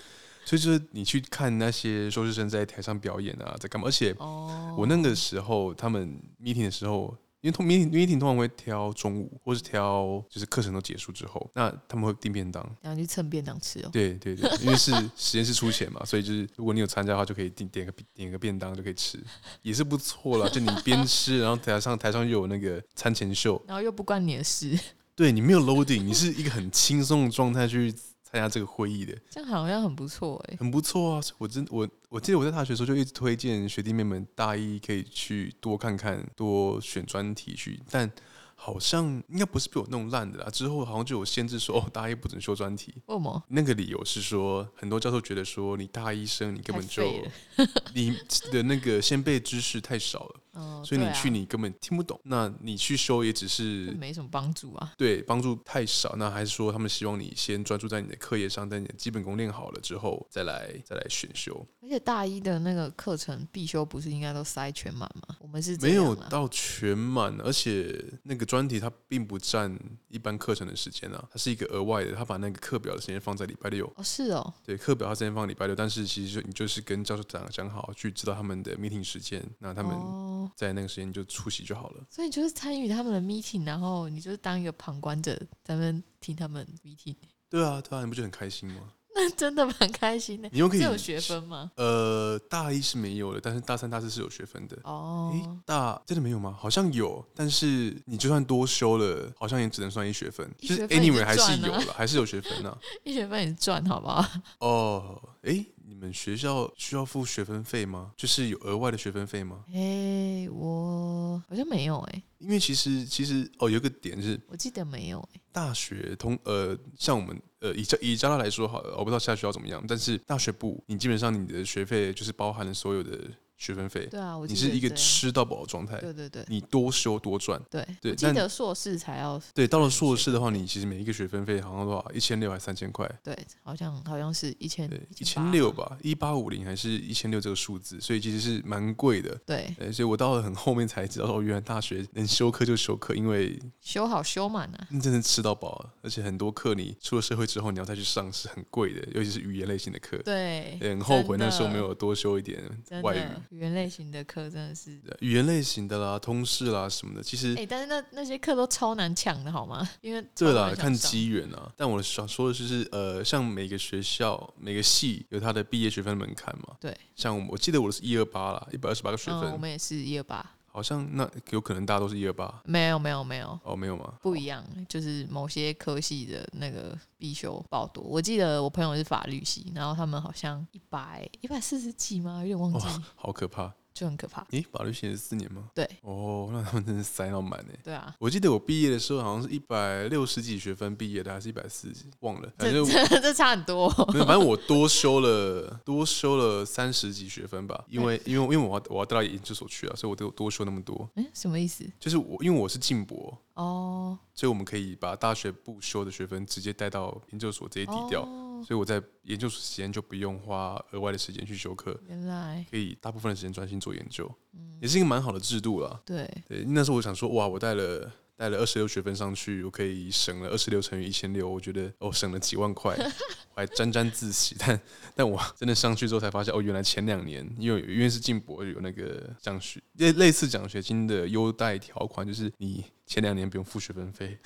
Speaker 1: 所以就是你去看那些硕士生在台上表演啊，在干嘛？而且
Speaker 2: 哦，
Speaker 1: 我那个时候他们 meeting 的时候，因为通 meeting meeting 通常会挑中午，或是挑就是课程都结束之后，那他们会订便当。
Speaker 2: 然后去蹭便当吃哦。
Speaker 1: 对对对，因为是实验室出钱嘛，所以就是如果你有参加的话，就可以订点个点个便当就可以吃，也是不错啦。就你边吃，然后台上台上又有那个餐前秀，
Speaker 2: 然后又不关你的事，
Speaker 1: 对你没有 loading，你是一个很轻松的状态去参加这个会议的，
Speaker 2: 这样好像很不错哎、
Speaker 1: 很不错啊！所以我真我我记得我在大学的时候就一直推荐学弟妹们大一可以去多看看，多选专题去，但好像应该不是被我弄烂的啦。之后好像就有限制说，哦，大一不准修专题。
Speaker 2: 为什么？
Speaker 1: 那个理由是说，很多教授觉得说，你大一生你根本就
Speaker 2: 太废了
Speaker 1: 你的那个先辈知识太少了，
Speaker 2: 哦，啊
Speaker 1: 所以你
Speaker 2: 对啊
Speaker 1: 去你根本听不懂。那你去修也只是
Speaker 2: 这没什么帮助啊。
Speaker 1: 对帮助太少，那还是说他们希望你先专注在你的课业上，在你的基本功练好了之后，再来再来选修，
Speaker 2: 而且大一的那个课程必修不是应该都塞全满吗？我们是这
Speaker 1: 没有
Speaker 2: 样啊啦
Speaker 1: 到全满，而且那个专题它并不占一般课程的时间啊，它是一个额外的，它把那个课表的时间放在礼拜六，
Speaker 2: 哦，是哦，
Speaker 1: 对，课表它时间放礼拜六，但是其实就你就是跟教授讲讲好，去知道他们的 meeting 时间，那他们
Speaker 2: 哦，
Speaker 1: 在那个时间你就出席就好了。
Speaker 2: 所以就是参与他们的 meeting，然后你就是当一个旁观者，咱们听他们 meeting，
Speaker 1: 对啊，对啊，你不觉得很开心吗？
Speaker 2: 那真的蛮开心的。
Speaker 1: 你又可
Speaker 2: 哎这
Speaker 1: 以
Speaker 2: 有学分吗？
Speaker 1: 呃，大一是没有的，但是大三、大四是有学分的。诶，
Speaker 2: 哦，
Speaker 1: 大真的没有吗？好像有，但是你就算多修了，好像也只能算一学分，
Speaker 2: 一
Speaker 1: 就
Speaker 2: 学
Speaker 1: 是
Speaker 2: 分也
Speaker 1: anyway
Speaker 2: 是
Speaker 1: 还是
Speaker 2: 赚啊
Speaker 1: 有了，还是有学分呢、啊
Speaker 2: 一学分也赚好不 好？
Speaker 1: 哦，诶，你们学校需要付学分费吗？就是有额外的学分费吗？
Speaker 2: 哎，我好像没有哎、
Speaker 1: 因为其实其实哦，有一个点是
Speaker 2: 我记得没有哎、
Speaker 1: 大学通呃，像我们呃以加以加拿大来说好了，我不知道下学校怎么样，但是大学部你基本上你的学费就是包含了所有的学分费，
Speaker 2: 对啊，我记
Speaker 1: 你
Speaker 2: 得
Speaker 1: 是一个
Speaker 2: 这样，
Speaker 1: 吃到饱的状态，
Speaker 2: 对对对
Speaker 1: 你多修多赚。
Speaker 2: 对
Speaker 1: 对
Speaker 2: 我记
Speaker 1: 那
Speaker 2: 得硕士才要
Speaker 1: 对，到了硕士的话，你其实每一个学分费好像多少一千六还三千块，
Speaker 2: 对，好像好像嗯是一千
Speaker 1: 对，一
Speaker 2: 1800
Speaker 1: 千六吧，一八五零还是一千六这个数字，所以其实是蛮贵的。
Speaker 2: 对，
Speaker 1: 呃，所以我到了很后面才知道，哦，原来大学能修课就修课，因为
Speaker 2: 修好修满啊，
Speaker 1: 真的吃到饱啊，而且很多课你出了社会之后，你要再去上是很贵的，尤其是语言类型的课，
Speaker 2: 对，
Speaker 1: 也很后悔
Speaker 2: 真的
Speaker 1: 那时候没有多修一点
Speaker 2: 真
Speaker 1: 外
Speaker 2: 的
Speaker 1: 语，
Speaker 2: 语言类型的课真的是。
Speaker 1: 对语言类型的啦、通识啦什么的。其实
Speaker 2: 哎、但是那那些课都超难抢的好吗？因为
Speaker 1: 对
Speaker 2: 了
Speaker 1: 啦，，看机缘啊。但我想说的就是，呃，像每个学校、每个系有它的毕业学分门槛嘛。
Speaker 2: 对，
Speaker 1: 像我我记得我是一二八啦，一百二十八个学
Speaker 2: 嗯，我
Speaker 1: 分，
Speaker 2: 们也是一二八，
Speaker 1: 好像那有可能大家都是一二八
Speaker 2: 没有没有没有，
Speaker 1: 哦，没有吗？
Speaker 2: 不一样，就是某些科系的那个必修爆多。我记得我朋友是法律系，然后他们好像一百一百四十几吗？有点忘记，
Speaker 1: 哇，好可怕！
Speaker 2: 就很可怕。
Speaker 1: 咦，法律系是四年吗？
Speaker 2: 对
Speaker 1: 哦，那他们真是塞到满哎。
Speaker 2: 对啊，
Speaker 1: 我记得我毕业的时候好像是一百六十几学分毕业的，还是一百四十，忘了。反
Speaker 2: 这
Speaker 1: 正我
Speaker 2: 这这差很多哦、
Speaker 1: 没有，反正我多修了 多修了三十几学分吧，因
Speaker 2: 哎
Speaker 1: 为因为因为我要我要到研究所去啊，所以我都多修那么多。
Speaker 2: 嗯，什么意思？
Speaker 1: 就是我因为我是进博，
Speaker 2: 哦，
Speaker 1: 所以我们可以把大学不修的学分直接带到研究所直接抵掉，
Speaker 2: 哦，
Speaker 1: 所以我在研究所时间就不用花额外的时间去修课，
Speaker 2: 原来
Speaker 1: 可以大部分的时间专心做研究，
Speaker 2: 嗯
Speaker 1: 也是一个蛮好的制度啦。
Speaker 2: 对，
Speaker 1: 对，那时候我想说，哇，我带了带了二十六学分上去，我可以省了二十六乘以一千六，我觉得哦，省了几万块， 我还沾沾自喜。 但但我真的上去之后才发现，哦，原来前两年因为因为是进博有那个奖学类类似奖学金的优待条款，就是你前两年不用付学分费，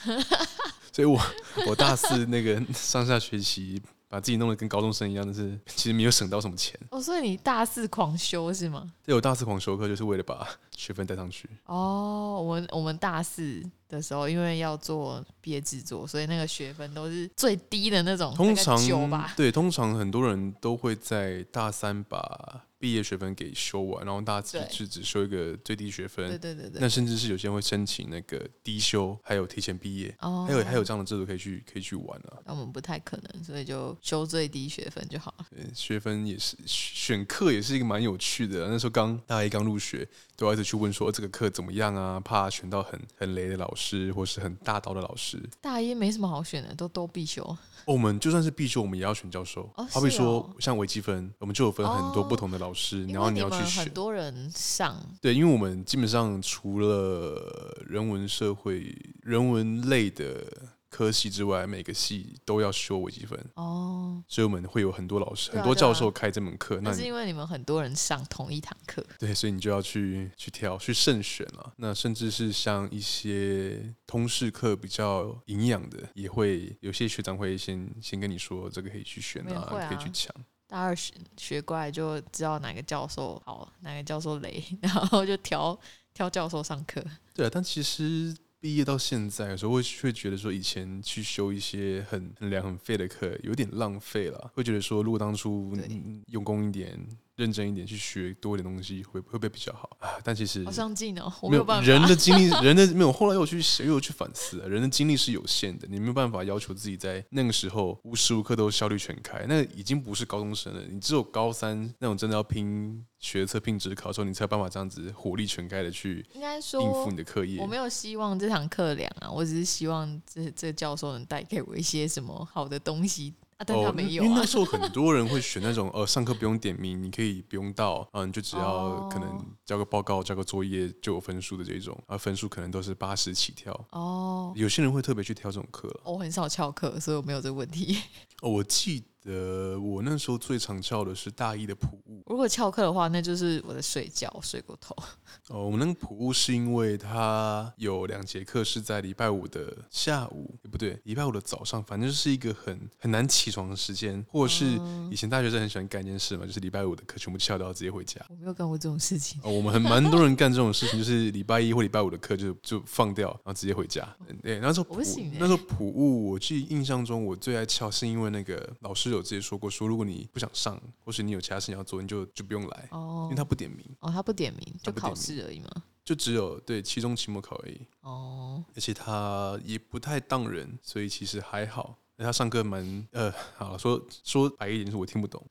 Speaker 1: 所以我我大四那个上下学期。把自己弄得跟高中生一样，但是其实没有省到什么钱。
Speaker 2: 哦，所以你大四狂修是吗？
Speaker 1: 对我大四狂修课，就是为了把学分带上去。
Speaker 2: 哦，我们我们大四的时候，因为要做毕业制作，所以那个学分都是最低的那种，
Speaker 1: 通常
Speaker 2: 哦九吧。
Speaker 1: 对，通常很多人都会在大三把毕业学分给修完，然后大四
Speaker 2: 对
Speaker 1: 是只修一个最低学
Speaker 2: 对
Speaker 1: 分。
Speaker 2: 对对对
Speaker 1: 嗯那，甚至是有些人会申请那个低修，还有提前毕业，
Speaker 2: 哦
Speaker 1: 还有还有，这样的制度可以去可以去玩啊。
Speaker 2: 那我们不太可能，所以就修最低学分就好了。
Speaker 1: 对呃学分也是选课也是一个蛮有趣的啊。那时候刚大一刚入学，都要一直去问说哦这个课怎么样啊，怕选到很很雷的老师或是很大刀的老师。
Speaker 2: 大一没什么好选的，都都必修。
Speaker 1: 哦我们就算是必修，我们也要选教授。
Speaker 2: 哦
Speaker 1: 好比
Speaker 2: 是
Speaker 1: 说
Speaker 2: 哦
Speaker 1: 像微积分，我们就有分很多
Speaker 2: 哦
Speaker 1: 不同的老师，
Speaker 2: 因
Speaker 1: 然后
Speaker 2: 为
Speaker 1: 你
Speaker 2: 你
Speaker 1: 要去
Speaker 2: 们
Speaker 1: 选
Speaker 2: 很。多人上，
Speaker 1: 对，因为我们基本上除了人文社会、人文类的科系之外，每个系都要修微积分，
Speaker 2: 哦，
Speaker 1: 所以我们会有很多老师、
Speaker 2: 对
Speaker 1: 很
Speaker 2: 啊
Speaker 1: 多
Speaker 2: 对啊啊
Speaker 1: 教授开这门课。那
Speaker 2: 那
Speaker 1: 你
Speaker 2: 是因为你们很多人上同一堂课，
Speaker 1: 对，所以你就要去去挑去慎选了。那甚至是像一些通识课比较营养的，也会有些学长会先先跟你说这个可以去选
Speaker 2: 没有会啊
Speaker 1: 可以去抢。
Speaker 2: 大二学学过来就知道哪个教授好，哪个教授雷， 然后就挑挑教授上课。
Speaker 1: 对啊，但其实毕业到现在，有时候会会觉得说，以前去修一些很很凉很废的课，有点浪费了。会觉得说，如果当初
Speaker 2: 对
Speaker 1: 嗯用功一点、认真一点去学多一点东西，会会不会比较好啊？但其实
Speaker 2: 好上进哦，我
Speaker 1: 没
Speaker 2: 没
Speaker 1: 有
Speaker 2: 有办法。
Speaker 1: 人的经历，人的没有。后来我去想，又有去反思啊，人的精力是有限的，你没有办法要求自己在那个时候无时无刻都效率全开。那已经不是高中生了，你只有高三那种真的要拼学测、拼职考的时候，你才有办法这样子火力全开的去
Speaker 2: 应该
Speaker 1: 应付
Speaker 2: 说
Speaker 1: 你，的课业
Speaker 2: 我。没有希望这堂课凉啊，我只是希望这这教授能带给我一些什么好的东西啊，但他
Speaker 1: 那
Speaker 2: 没有
Speaker 1: 哦因为
Speaker 2: 啊
Speaker 1: 那。时候很多人会选那种呃，上课不用点名，你可以不用到，嗯、你就只要
Speaker 2: 哦
Speaker 1: 可能交个报告、交个作业就有分数的这种，而分数可能都是八十起跳。
Speaker 2: 哦，
Speaker 1: 有些人会特别去挑这种课了。
Speaker 2: 我很少翘课，所以我没有这个问题。
Speaker 1: 哦，我记得我那时候最常叫的是大一的普物。
Speaker 2: 如果翘课的话，那就是我在睡觉，睡过头。
Speaker 1: 哦，我们那个普物是因为它有两节课是在礼拜五的下午，诶不对，礼拜五的早上，反正就是一个很很难起床的时间，或者是
Speaker 2: 哦
Speaker 1: 以前大学生很喜欢干一件事嘛，就是礼拜五的课全部翘掉，直接回家。
Speaker 2: 我没有干过这种事情。
Speaker 1: 哦，我们很蛮多人干这种事情，就是礼拜一或礼拜五的课就就放掉，然后直接回家。对，那时候
Speaker 2: 哦
Speaker 1: 普
Speaker 2: 我不行欸
Speaker 1: 那时候普物，我记得印象中我最爱翘，是因为那个老师有直接说过，说如果你不想上，或是你有其他事情要做，你就就不用来，因
Speaker 2: 哦
Speaker 1: 为他不点名，
Speaker 2: 哦，他不点名，
Speaker 1: 他
Speaker 2: 就
Speaker 1: 不点名
Speaker 2: 考试而已嘛。
Speaker 1: 就只有对期中、期末考而已，
Speaker 2: 哦，
Speaker 1: 而且他也不太当人，所以其实还好。他上课蛮呃， 好了，说说白一点，就是我听不 懂，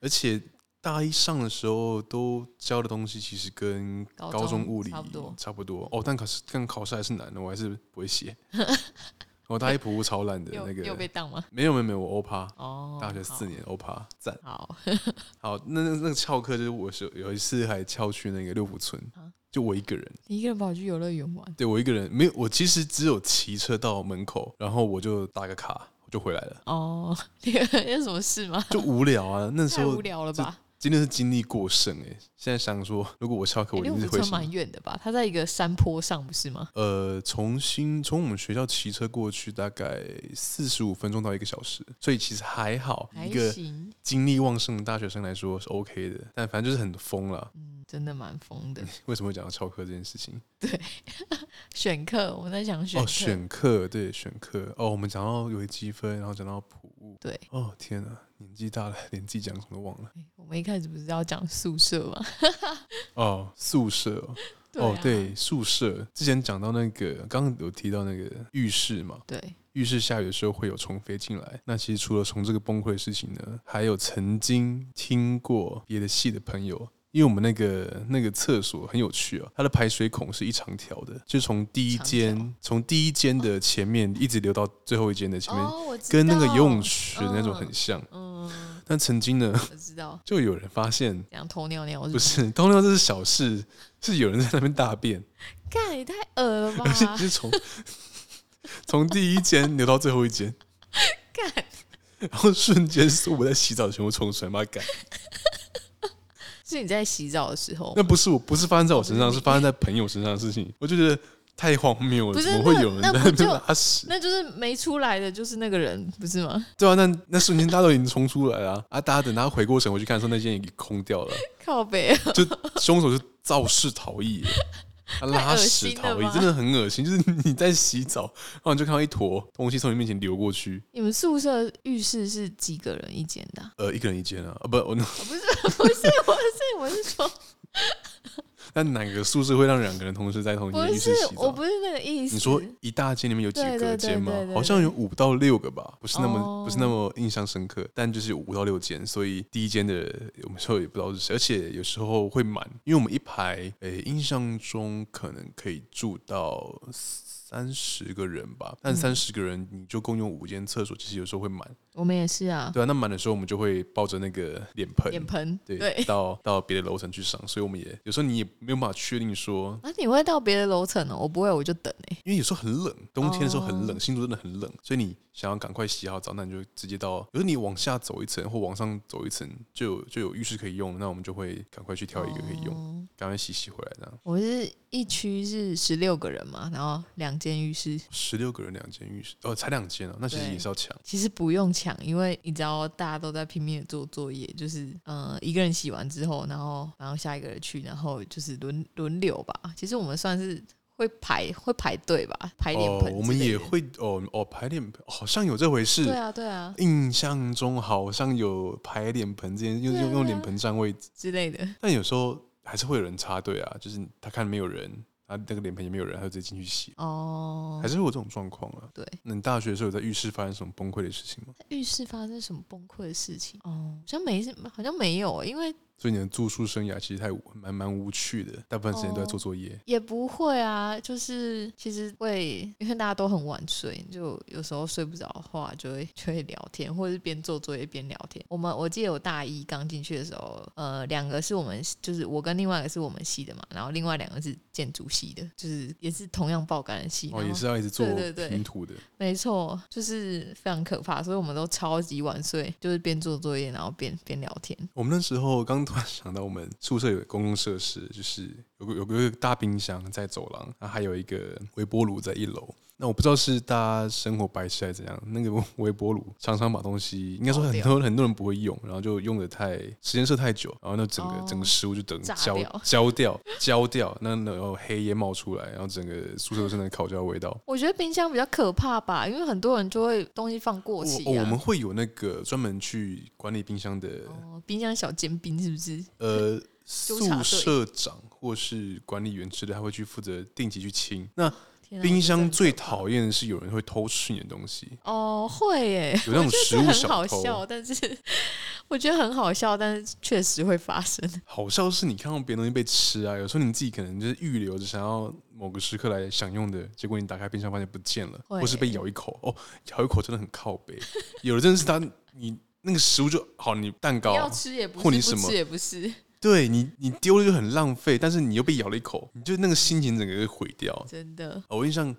Speaker 1: 而且。大一上的时候都教的东西，其实跟
Speaker 2: 高
Speaker 1: 高中物理
Speaker 2: 差不多。
Speaker 1: 差不多哦，但考试但考试还是难的，我还是不会 写。我大一普物超烂的
Speaker 2: 又
Speaker 1: 那
Speaker 2: 又
Speaker 1: 个
Speaker 2: 被，当吗？
Speaker 1: 没有没有没有，我欧趴，
Speaker 2: 哦，
Speaker 1: 大学四年欧趴赞。
Speaker 2: 好。 好，
Speaker 1: 好，那那那个翘课就是我是有一次还翘去那个六福村
Speaker 2: 啊，
Speaker 1: 就我一个人，
Speaker 2: 你一个人跑去游乐园玩，
Speaker 1: 对我一个人没有，我其实只有骑车到门口，然后我就打个卡，我就回来了，
Speaker 2: 哦， 你有什么事吗？
Speaker 1: 就无聊啊。那时
Speaker 2: 太无
Speaker 1: 候
Speaker 2: 聊了
Speaker 1: 这
Speaker 2: 吧？
Speaker 1: 真的是精力过剩哎、现在想说，如果我翘课，
Speaker 2: 诶
Speaker 1: 我一
Speaker 2: 哎六
Speaker 1: 定是
Speaker 2: 福
Speaker 1: 会
Speaker 2: 村
Speaker 1: 想
Speaker 2: 蛮远的吧？它在一个山坡上，不是吗？
Speaker 1: 呃，从新从我们学校骑车过去大概四十五分钟到一个小时，所以其实还好，
Speaker 2: 还
Speaker 1: 一个
Speaker 2: 行，
Speaker 1: 精力旺盛的大学生来说是 OK 的。但反正就是很疯了。
Speaker 2: 嗯，真的蛮疯的。
Speaker 1: 为什么会讲到翘课这件事情？
Speaker 2: 选课，我们在想选
Speaker 1: 哦，
Speaker 2: 课，
Speaker 1: 选课，对，选课。哦，我们讲到微积分，然后讲到普物。
Speaker 2: 对。
Speaker 1: 哦，天啊，年纪大了， 连自己讲什么都忘了。
Speaker 2: 诶我们一开始不是要讲宿舍吗？
Speaker 1: 哦，宿舍哦，哦
Speaker 2: 啊，
Speaker 1: 对，宿舍。之前讲到那个，刚刚有提到那个浴室嘛，
Speaker 2: 对，
Speaker 1: 浴室下雨的时候会有虫飞进来。那其实除了虫这个崩溃的事情呢，还有曾经听过别的系的朋友。因为我们那个那个厕所很有趣哦，它的排水孔是一长条的，就从第一
Speaker 2: 长
Speaker 1: 间从第一间的前面一直流到最后一间的前面，
Speaker 2: 哦，我知
Speaker 1: 跟那个
Speaker 2: 道
Speaker 1: 游泳，池那种
Speaker 2: 嗯
Speaker 1: 很像。
Speaker 2: 嗯，
Speaker 1: 但曾经呢，
Speaker 2: 我知 道，
Speaker 1: 就有人发现，
Speaker 2: 这样偷尿尿
Speaker 1: 不
Speaker 2: 不是
Speaker 1: 是偷尿这是小事，是有人在那边大便，
Speaker 2: 干也太恶了吧
Speaker 1: 而？且是从从第一间流到最后一间，
Speaker 2: 干，
Speaker 1: 然后瞬间是我在洗澡全部冲出来，妈干！
Speaker 2: 是你在洗澡的时候
Speaker 1: 那不是我，不是发生在我身上，
Speaker 2: 不是
Speaker 1: 是
Speaker 2: 你
Speaker 1: 发生在朋友身上的事情，我就觉得太荒谬了，
Speaker 2: 不是
Speaker 1: 怎么会有人
Speaker 2: 那
Speaker 1: 在
Speaker 2: 那
Speaker 1: 那
Speaker 2: 不
Speaker 1: 边
Speaker 2: 就
Speaker 1: 拉屎？
Speaker 2: 那就是没出来的就是那个人，不是吗？
Speaker 1: 对啊，那那瞬间大家都已经冲出来了啊啊！大家等他回过神
Speaker 2: 啊
Speaker 1: 回去看的时候，那间已经空掉了，
Speaker 2: 靠北，
Speaker 1: 就凶手就肇事逃逸。他拉屎
Speaker 2: 太
Speaker 1: 逃
Speaker 2: 恶心了
Speaker 1: 逸
Speaker 2: 吧
Speaker 1: 真的很恶心，就是你在洗澡，然后你就看到一坨东西从你面前流过去，
Speaker 2: 你们宿舍浴室是几个人一间的啊、
Speaker 1: 呃，一个人一间啊，啊不，我那
Speaker 2: 不是，不是，我是我是说，
Speaker 1: 那哪个宿舍会让两个人同时在同一
Speaker 2: 不
Speaker 1: 间浴
Speaker 2: 是
Speaker 1: 室洗，
Speaker 2: 我
Speaker 1: 澡
Speaker 2: 不？是那个意思。
Speaker 1: 你说一大间里面有几个
Speaker 2: 对对
Speaker 1: 隔
Speaker 2: 对
Speaker 1: 间吗
Speaker 2: 对对？对
Speaker 1: 好像有五到六个吧，不是那么、
Speaker 2: 哦
Speaker 1: 不是那么印象深刻，但就是有五到六间，所以第一间的我们说也不知道是谁，而且有时候会满，因为我们一排，诶、印象中可能可以住到。三十个人吧，但三十个人你就共用五间厕所，其实有时候会满，
Speaker 2: 我们也是啊，
Speaker 1: 对啊，那满的时候我们就会抱着那个脸盆，
Speaker 2: 脸盆
Speaker 1: 对，到到别的楼层去上，所以我们也有时候你也没有办法确定说
Speaker 2: 啊，你会到别的楼层哦，我不会，我就等哎、
Speaker 1: 因为有时候很冷，冬天的时候很冷，
Speaker 2: 哦
Speaker 1: 新竹真的很冷，所以你想要赶快洗好澡，那你就直接到，比如你往下走一层或往上走一层，就有就有浴室可以用，那我们就会赶快去挑一个可以用，
Speaker 2: 哦
Speaker 1: 赶快洗洗回来这样。
Speaker 2: 我是一区是十六个人嘛，然后两间浴室，
Speaker 1: 十六个人两间浴室，哦，才两间啊，那其实
Speaker 2: 对
Speaker 1: 也是要抢。
Speaker 2: 其实不用抢，因为你知道大家都在拼命的做作业，就是呃一个人洗完之后，然后然后下一个人去，然后就是轮轮流吧。其实我们算是会排会排队吧，排脸
Speaker 1: 哦
Speaker 2: 盆，
Speaker 1: 我们
Speaker 2: 之类
Speaker 1: 也
Speaker 2: 的。
Speaker 1: 会哦哦排脸盆，好像有这回事。
Speaker 2: 对啊对啊
Speaker 1: 印象中好像有排脸盆这件，用
Speaker 2: 对啊
Speaker 1: 用用脸盆占位置，
Speaker 2: 之类的，
Speaker 1: 但有时候还是会有人插队啊，就是他看没有人，啊那个脸盆也没有人，他就直接进去洗，
Speaker 2: 哦
Speaker 1: 还，是会有这种状况啊。
Speaker 2: 对，
Speaker 1: 那你大学的时候有在浴室发生什么崩溃的事情吗？
Speaker 2: 浴室发生什么崩溃的事情？哦，好像没，好像没有，欸因为
Speaker 1: 所以你的住宿生涯其实太无蛮蛮无趣的，大部分时间都在
Speaker 2: 哦
Speaker 1: 做作业。
Speaker 2: 也不会啊，就是其实会，因为大家都很晚睡，就有时候睡不着的话，就会就会聊天，或者是边做作业边聊天。我们我记得我大一刚进去的时候，呃，两个是我们就是我跟另外一个是我们系的嘛，然后另外两个是建筑系的，就是也是同样爆肝的系，
Speaker 1: 哦，
Speaker 2: 然
Speaker 1: 也
Speaker 2: 后
Speaker 1: 是要一直做
Speaker 2: 对对对
Speaker 1: 平涂的，
Speaker 2: 没错，就是非常可怕，所以我们都超级晚睡，就是边做作业然后边边聊天。
Speaker 1: 我们那时候刚突然想到，我们宿舍有公共设施，就是有个有个有个大冰箱在走廊，然后还有一个微波炉在一楼。那我不知道是大家生活白痴还是怎样，那个微波炉常常把东西，应该说
Speaker 2: 爆
Speaker 1: 很
Speaker 2: 掉
Speaker 1: 多很多人不会用，然后就用的太时间设太久，然后那整个、
Speaker 2: 哦
Speaker 1: 整个食物就等
Speaker 2: 炸
Speaker 1: 焦
Speaker 2: 掉
Speaker 1: 焦掉焦掉，那然后黑烟冒出来，然后整个宿舍都是那个烤焦的味道。
Speaker 2: 我觉得冰箱比较可怕吧，因为很多人就会东西放过
Speaker 1: 我
Speaker 2: 期、啊
Speaker 1: 哦我们会有那个专门去管理冰箱的
Speaker 2: 哦，冰箱小尖兵是不是？
Speaker 1: 呃
Speaker 2: 纠察
Speaker 1: 宿
Speaker 2: 队
Speaker 1: 舍长或是管理员之类，他会去负责定期去清。那
Speaker 2: 天啊
Speaker 1: 冰箱最
Speaker 2: 我
Speaker 1: 讨厌的是有人会偷吃你的东西，
Speaker 2: 觉得这很可怕哦，会耶，
Speaker 1: 有那种食物
Speaker 2: 这很
Speaker 1: 小
Speaker 2: 好
Speaker 1: 偷
Speaker 2: 笑，。但是我觉得很好笑，但是确实会发生。
Speaker 1: 好笑是你看到别的东西被吃啊，有时候你自己可能就是预留着想要某个时刻来享用的，结果你打开冰箱发现不见了，
Speaker 2: 会
Speaker 1: 或是被咬一口。哦，咬一口真的很靠背。有的真的是他你。那个食物就好，你蛋糕
Speaker 2: 要吃也不
Speaker 1: 哦或
Speaker 2: 是，
Speaker 1: 你什么
Speaker 2: 不吃也不是，
Speaker 1: 对你，你丢了就很浪费，但是你又被咬了一口，你就那个心情整个就毁掉。
Speaker 2: 真的。
Speaker 1: 哦我印象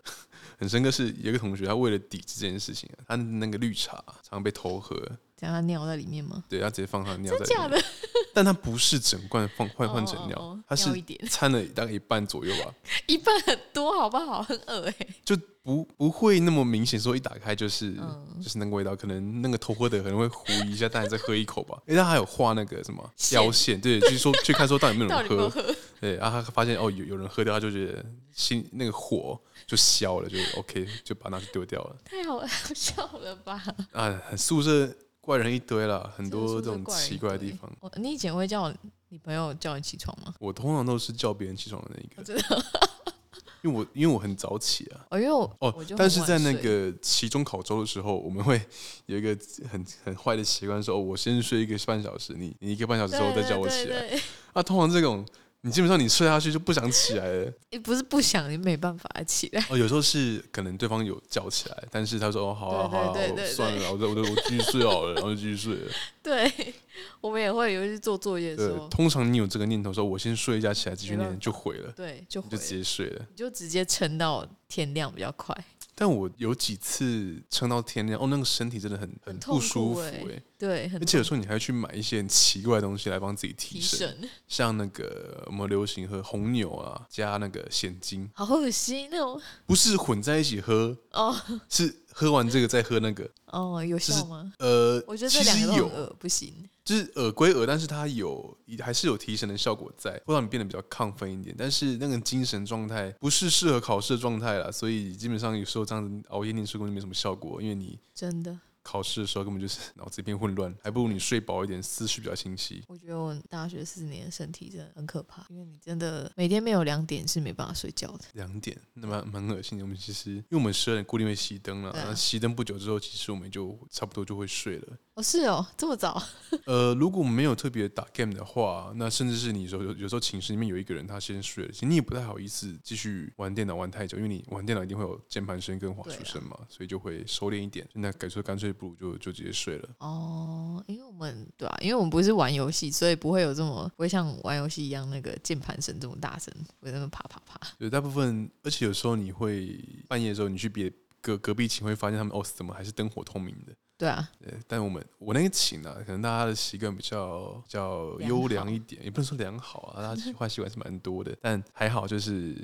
Speaker 1: 很深刻是有一个同学，他为了抵制这件事情啊，他那个绿茶常常被偷喝，
Speaker 2: 这样它尿在里面吗？
Speaker 1: 对他直接放他的尿
Speaker 2: 真
Speaker 1: 在里
Speaker 2: 假
Speaker 1: 面，
Speaker 2: 的？
Speaker 1: 但他不是整罐放换换成
Speaker 2: 哦哦
Speaker 1: 尿
Speaker 2: 哦，
Speaker 1: 他
Speaker 2: 尿
Speaker 1: 是
Speaker 2: 一点，
Speaker 1: 掺了大概一半左右吧，
Speaker 2: 一半很多，好不好？很恶哎、
Speaker 1: 就不不会那么明显说一打开就是
Speaker 2: 嗯
Speaker 1: 就是那个味道，可能那个偷喝的可能会糊一下，但还再喝一口吧，因为他还有画那个什么
Speaker 2: 线
Speaker 1: 腰线，对，就是说去看说到底有没有
Speaker 2: 到
Speaker 1: 人
Speaker 2: 底有没有
Speaker 1: 嗯喝，
Speaker 2: 喝？
Speaker 1: 对，然后他发现哦有有人喝掉，他就觉得心那个火就消了，就 OK 就把它拿去丢掉了。
Speaker 2: 太好好笑了吧！
Speaker 1: 啊，宿舍怪人一堆啦，很多
Speaker 2: 宿舍
Speaker 1: 这种
Speaker 2: 怪人
Speaker 1: 奇
Speaker 2: 一
Speaker 1: 怪的地
Speaker 2: 堆
Speaker 1: 方。
Speaker 2: 哦你以前会叫你朋友叫你起床吗？
Speaker 1: 我通常都是叫别人起床的那一
Speaker 2: 我
Speaker 1: 个，
Speaker 2: 哦真的，
Speaker 1: 因为我因为我很早起啊。
Speaker 2: 哦，因为我
Speaker 1: 哦
Speaker 2: 我就，很
Speaker 1: 但是
Speaker 2: 晚
Speaker 1: 在那
Speaker 2: 睡
Speaker 1: 个期中考周的时候，我们会有一个很很坏的习惯，说、哦、我先睡一个半小时，你你一个半小时
Speaker 2: 对
Speaker 1: 之后再叫我
Speaker 2: 对
Speaker 1: 起来。
Speaker 2: 对对
Speaker 1: 啊，通常这种你基本上你睡下去就不想起来了。
Speaker 2: 也不是不想，也没办法起来。
Speaker 1: 哦，有时候是可能对方有叫起来，但是他说哦好啊好啊，
Speaker 2: 对对
Speaker 1: 我
Speaker 2: 对对
Speaker 1: 算了啦，我就我就我继续睡好了，然后就继续睡了。
Speaker 2: 对，我们也会，尤其是做作业的时
Speaker 1: 对，
Speaker 2: 候，
Speaker 1: 通常你有这个念头说我先睡一下，起来继续
Speaker 2: 没办
Speaker 1: 念就毁了，
Speaker 2: 对，就
Speaker 1: 你
Speaker 2: 回
Speaker 1: 就直接睡了。
Speaker 2: 你就直接撑到天亮比较快。
Speaker 1: 但我有几次撑到天亮，哦，那个身体真的很
Speaker 2: 很痛
Speaker 1: 不
Speaker 2: 苦
Speaker 1: 舒服哎、
Speaker 2: 欸对，很
Speaker 1: 而且有时候你还去买一些很奇怪的东西来帮自己提
Speaker 2: 提
Speaker 1: 神，
Speaker 2: 神，
Speaker 1: 像那个我们流行喝红牛啊，加那个鲜精，
Speaker 2: 好恶心那种
Speaker 1: 不是混在一起喝，
Speaker 2: 哦，
Speaker 1: 是喝完这个再喝那个，
Speaker 2: 哦，有效吗？
Speaker 1: 呃，
Speaker 2: 我觉得这
Speaker 1: 其
Speaker 2: 两
Speaker 1: 实
Speaker 2: 个都很
Speaker 1: 有，
Speaker 2: 恶不行。
Speaker 1: 就是耳归耳，但是它有还是有提神的效果在，会让你变得比较亢奋一点。但是那个精神状态不是适合考试的状态啦，所以基本上有时候这样子熬夜念书根本就没什么效果，因为你
Speaker 2: 真的，
Speaker 1: 考试的时候根本就是脑子一片混乱，还不如你睡饱一点，思绪比较清晰。
Speaker 2: 我觉得我大学四年身体真的很可怕，因为你真的每天没有两点是没办法睡觉的。
Speaker 1: 两点，那蛮蛮恶心的。我们其实因为我们十二点固定会熄灯了，
Speaker 2: 对啊
Speaker 1: 那熄灯不久之后，其实我们就差不多就会睡了。
Speaker 2: 哦，是哦，这么早？
Speaker 1: 呃，如果没有特别打 game 的话，那甚至是你有有有时候寝室里面有一个人他先睡了，其实你也不太好意思继续玩电脑玩太久，因为你玩电脑一定会有键盘声跟滑鼠声嘛，所以就会收敛一点。那改说干脆不如就就直接睡了。
Speaker 2: 哦，因为我们对啊，因为我们不是玩游戏，所以不会有这么不会像玩游戏一样那个键盘声这么大声，会那么啪啪啪。
Speaker 1: 对，大部分，而且有时候你会半夜的时候，你去别隔隔壁寝会发现他们哦，怎么还是灯火通明的。
Speaker 2: 对啊，
Speaker 1: 对，但我们我那个寝啊，可能大家的习惯比较比较优良一点，也不能说良好啊，大家坏习惯是蛮多的，但还好就是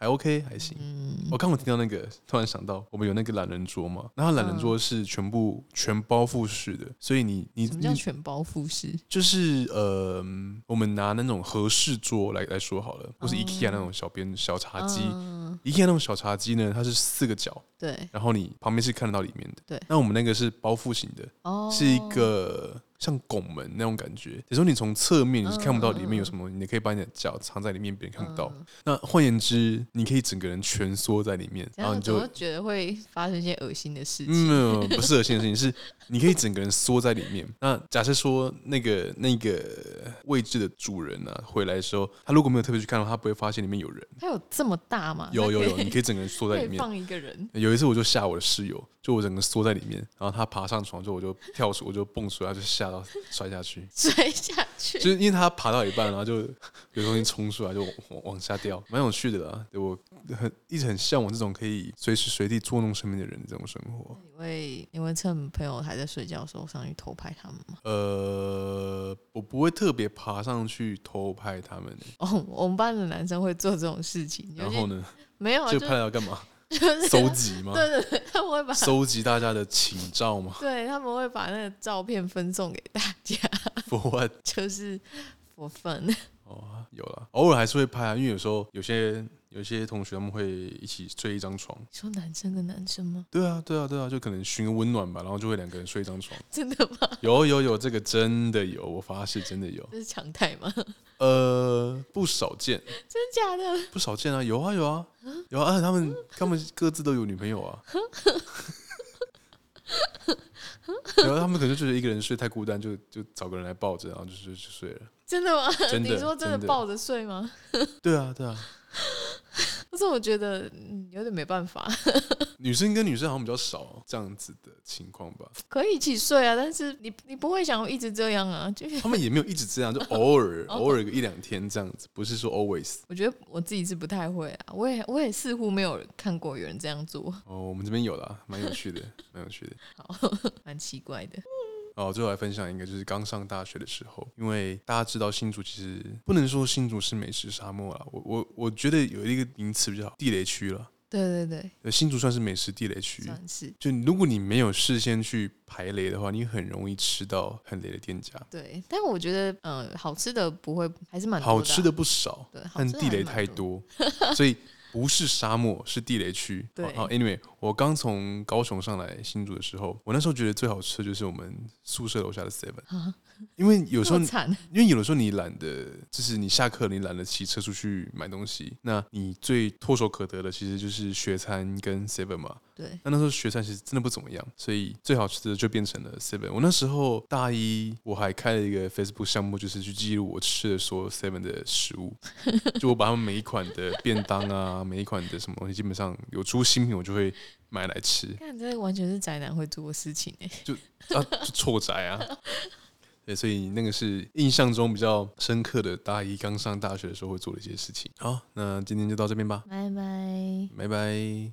Speaker 1: 还 OK 还行。
Speaker 2: 嗯
Speaker 1: 我，刚我听到那个，突然想到我们有那个懒人桌嘛，然后懒人
Speaker 2: 嗯
Speaker 1: 桌是全部全包覆式的，所以你你
Speaker 2: 什么叫
Speaker 1: 你
Speaker 2: 全包覆式？
Speaker 1: 就是呃，嗯我们拿那种合适桌来来说好了，或是
Speaker 2: 哦
Speaker 1: IKEA 那种小边小茶几。
Speaker 2: 嗯，
Speaker 1: IKEA 那种小茶几呢，它是四个角，
Speaker 2: 对，
Speaker 1: 然后你旁边是看得到里面的。
Speaker 2: 对
Speaker 1: 那我们那个是包覆型的，
Speaker 2: 哦，
Speaker 1: 是一个像拱门那种感觉。有时候你从侧面你是看不到里面有什么，你可以把你的脚藏在里面，别人看不到。
Speaker 2: 嗯
Speaker 1: 那换言之，你可以整个人蜷缩在里面，
Speaker 2: 这
Speaker 1: 然后
Speaker 2: 样
Speaker 1: 你
Speaker 2: 子我
Speaker 1: 就
Speaker 2: 就觉得会发生一些恶心的事情。
Speaker 1: 嗯，不是恶心的事情，是你可以整个人缩在里 面。那假设说那个那个位置的主人啊回来的时候，他如果没有特别去看的话，他不会发现里面有人。
Speaker 2: 它有这么大吗？
Speaker 1: 有有有，你 可
Speaker 2: 以
Speaker 1: 以整个人缩在
Speaker 2: 哦可
Speaker 1: 里
Speaker 2: 以
Speaker 1: 面。
Speaker 2: 放一个人，
Speaker 1: 有一次我就吓我的室友，就我整个缩在里面，然后他爬上床之后，我就跳出，我就蹦出来，就吓到摔下 去。
Speaker 2: 摔下去。
Speaker 1: 就是因为他爬到一半，然后就 有东西冲出来，就往往往下掉，蛮有趣的啦。对我很一直很向往这种可以随时随地捉弄身边的人的这种生活。
Speaker 2: 你会你会趁朋友还在睡觉的时候上去偷拍他们吗？
Speaker 1: 呃，我不会特别爬上去偷拍他们，欸
Speaker 2: 哦，我们班的男生会做这种事情，
Speaker 1: 然后
Speaker 2: 呢？
Speaker 1: 呢，
Speaker 2: 没有啊，
Speaker 1: 就
Speaker 2: 就
Speaker 1: 拍了要干嘛？
Speaker 2: 就是
Speaker 1: 搜集吗？
Speaker 2: 对对对，他们会把
Speaker 1: 搜集大家的请照吗
Speaker 2: 对他们会把那个照片分送给大家，
Speaker 1: ？For what？
Speaker 2: 就是我 分
Speaker 1: 哦，有了，偶尔还是会拍啊，因为有时候有些有些同学他们会一起睡一张床。
Speaker 2: 说男生跟男生吗？
Speaker 1: 对啊，对啊，对啊，就可能寻个温暖吧，然后就会两个人睡一张床。
Speaker 2: 真的吗？
Speaker 1: 有有有，这个真的有，我发誓真的有。
Speaker 2: 这是常态吗？ 真的
Speaker 1: 呃，不少见，
Speaker 2: 假的？
Speaker 1: 不少见啊，有啊有啊有啊，他们他们各自都有女朋友 啊。然啊后他们可能就觉得一个人睡太孤单，就就找个人来抱着，然后就就就睡 了。
Speaker 2: 真的吗？
Speaker 1: 真的
Speaker 2: 你说真
Speaker 1: 真
Speaker 2: 的
Speaker 1: 的
Speaker 2: 抱着睡吗？
Speaker 1: 对啊对啊，
Speaker 2: 但是我觉得、嗯、有点没办法，
Speaker 1: 女生跟女生好像比较少这样子的情况 吧。
Speaker 2: 可以一起睡啊，但是你你不会想要一直这样啊，就是。
Speaker 1: 他们也没有一直这样，就偶 尔
Speaker 2: 哦
Speaker 1: 偶尔个一两天这样子，不是说 always。
Speaker 2: 我觉得我自己是不太会啊，我也我也似乎没有看过有人这样做，
Speaker 1: 哦，我们这边有啦，蛮有趣的，蛮有趣的。
Speaker 2: 蛮奇怪的。
Speaker 1: 哦，最后来分享一个，就是刚上大学的时候，因为大家知道新竹其实不能说新竹是美食沙漠啦，我我我觉得有一个名词比较好，地雷区了。
Speaker 2: 对对对，
Speaker 1: 呃，新竹算是美食地雷区，
Speaker 2: 算是
Speaker 1: 就如果你没有事先去排雷的话，你很容易吃到很雷的店家，
Speaker 2: 对，但我觉得嗯、呃好吃的不会还是蛮多
Speaker 1: 好
Speaker 2: 啊
Speaker 1: 吃的不少，
Speaker 2: 对，好
Speaker 1: 但
Speaker 2: 吃的
Speaker 1: 地雷
Speaker 2: 还蛮
Speaker 1: 太多，所以不是沙漠，是地雷区。
Speaker 2: 对
Speaker 1: 好好，Anyway，我刚从高雄上来新竹的时候，我那时候觉得最好吃的就是我们宿舍楼下的 Seven，
Speaker 2: 啊，
Speaker 1: 因为有时候
Speaker 2: 这么惨，
Speaker 1: 因为有的时候你懒得，就是你下课你懒得骑车出去买东西，那你最唾手可得的其实就是学餐跟 Seven 嘛。
Speaker 2: 对，
Speaker 1: 那那时候学餐其实真的不怎么样，所以最好吃的就变成了 Seven。我那时候大一，我还开了一个 Facebook 项目，就是去记录我吃的所有 Seven 的食物， 就我把他们每一款的便当啊，每一款的什么东西，基本上有出新品我就会买来吃。
Speaker 2: 看这完全是宅男会做的事情哎、
Speaker 1: 啊，就错宅啊。对，所以那个是印象中比较深刻的大一刚上大学的时候会做的一些事情。好，那今天就到这边吧，
Speaker 2: 拜拜。
Speaker 1: 拜拜。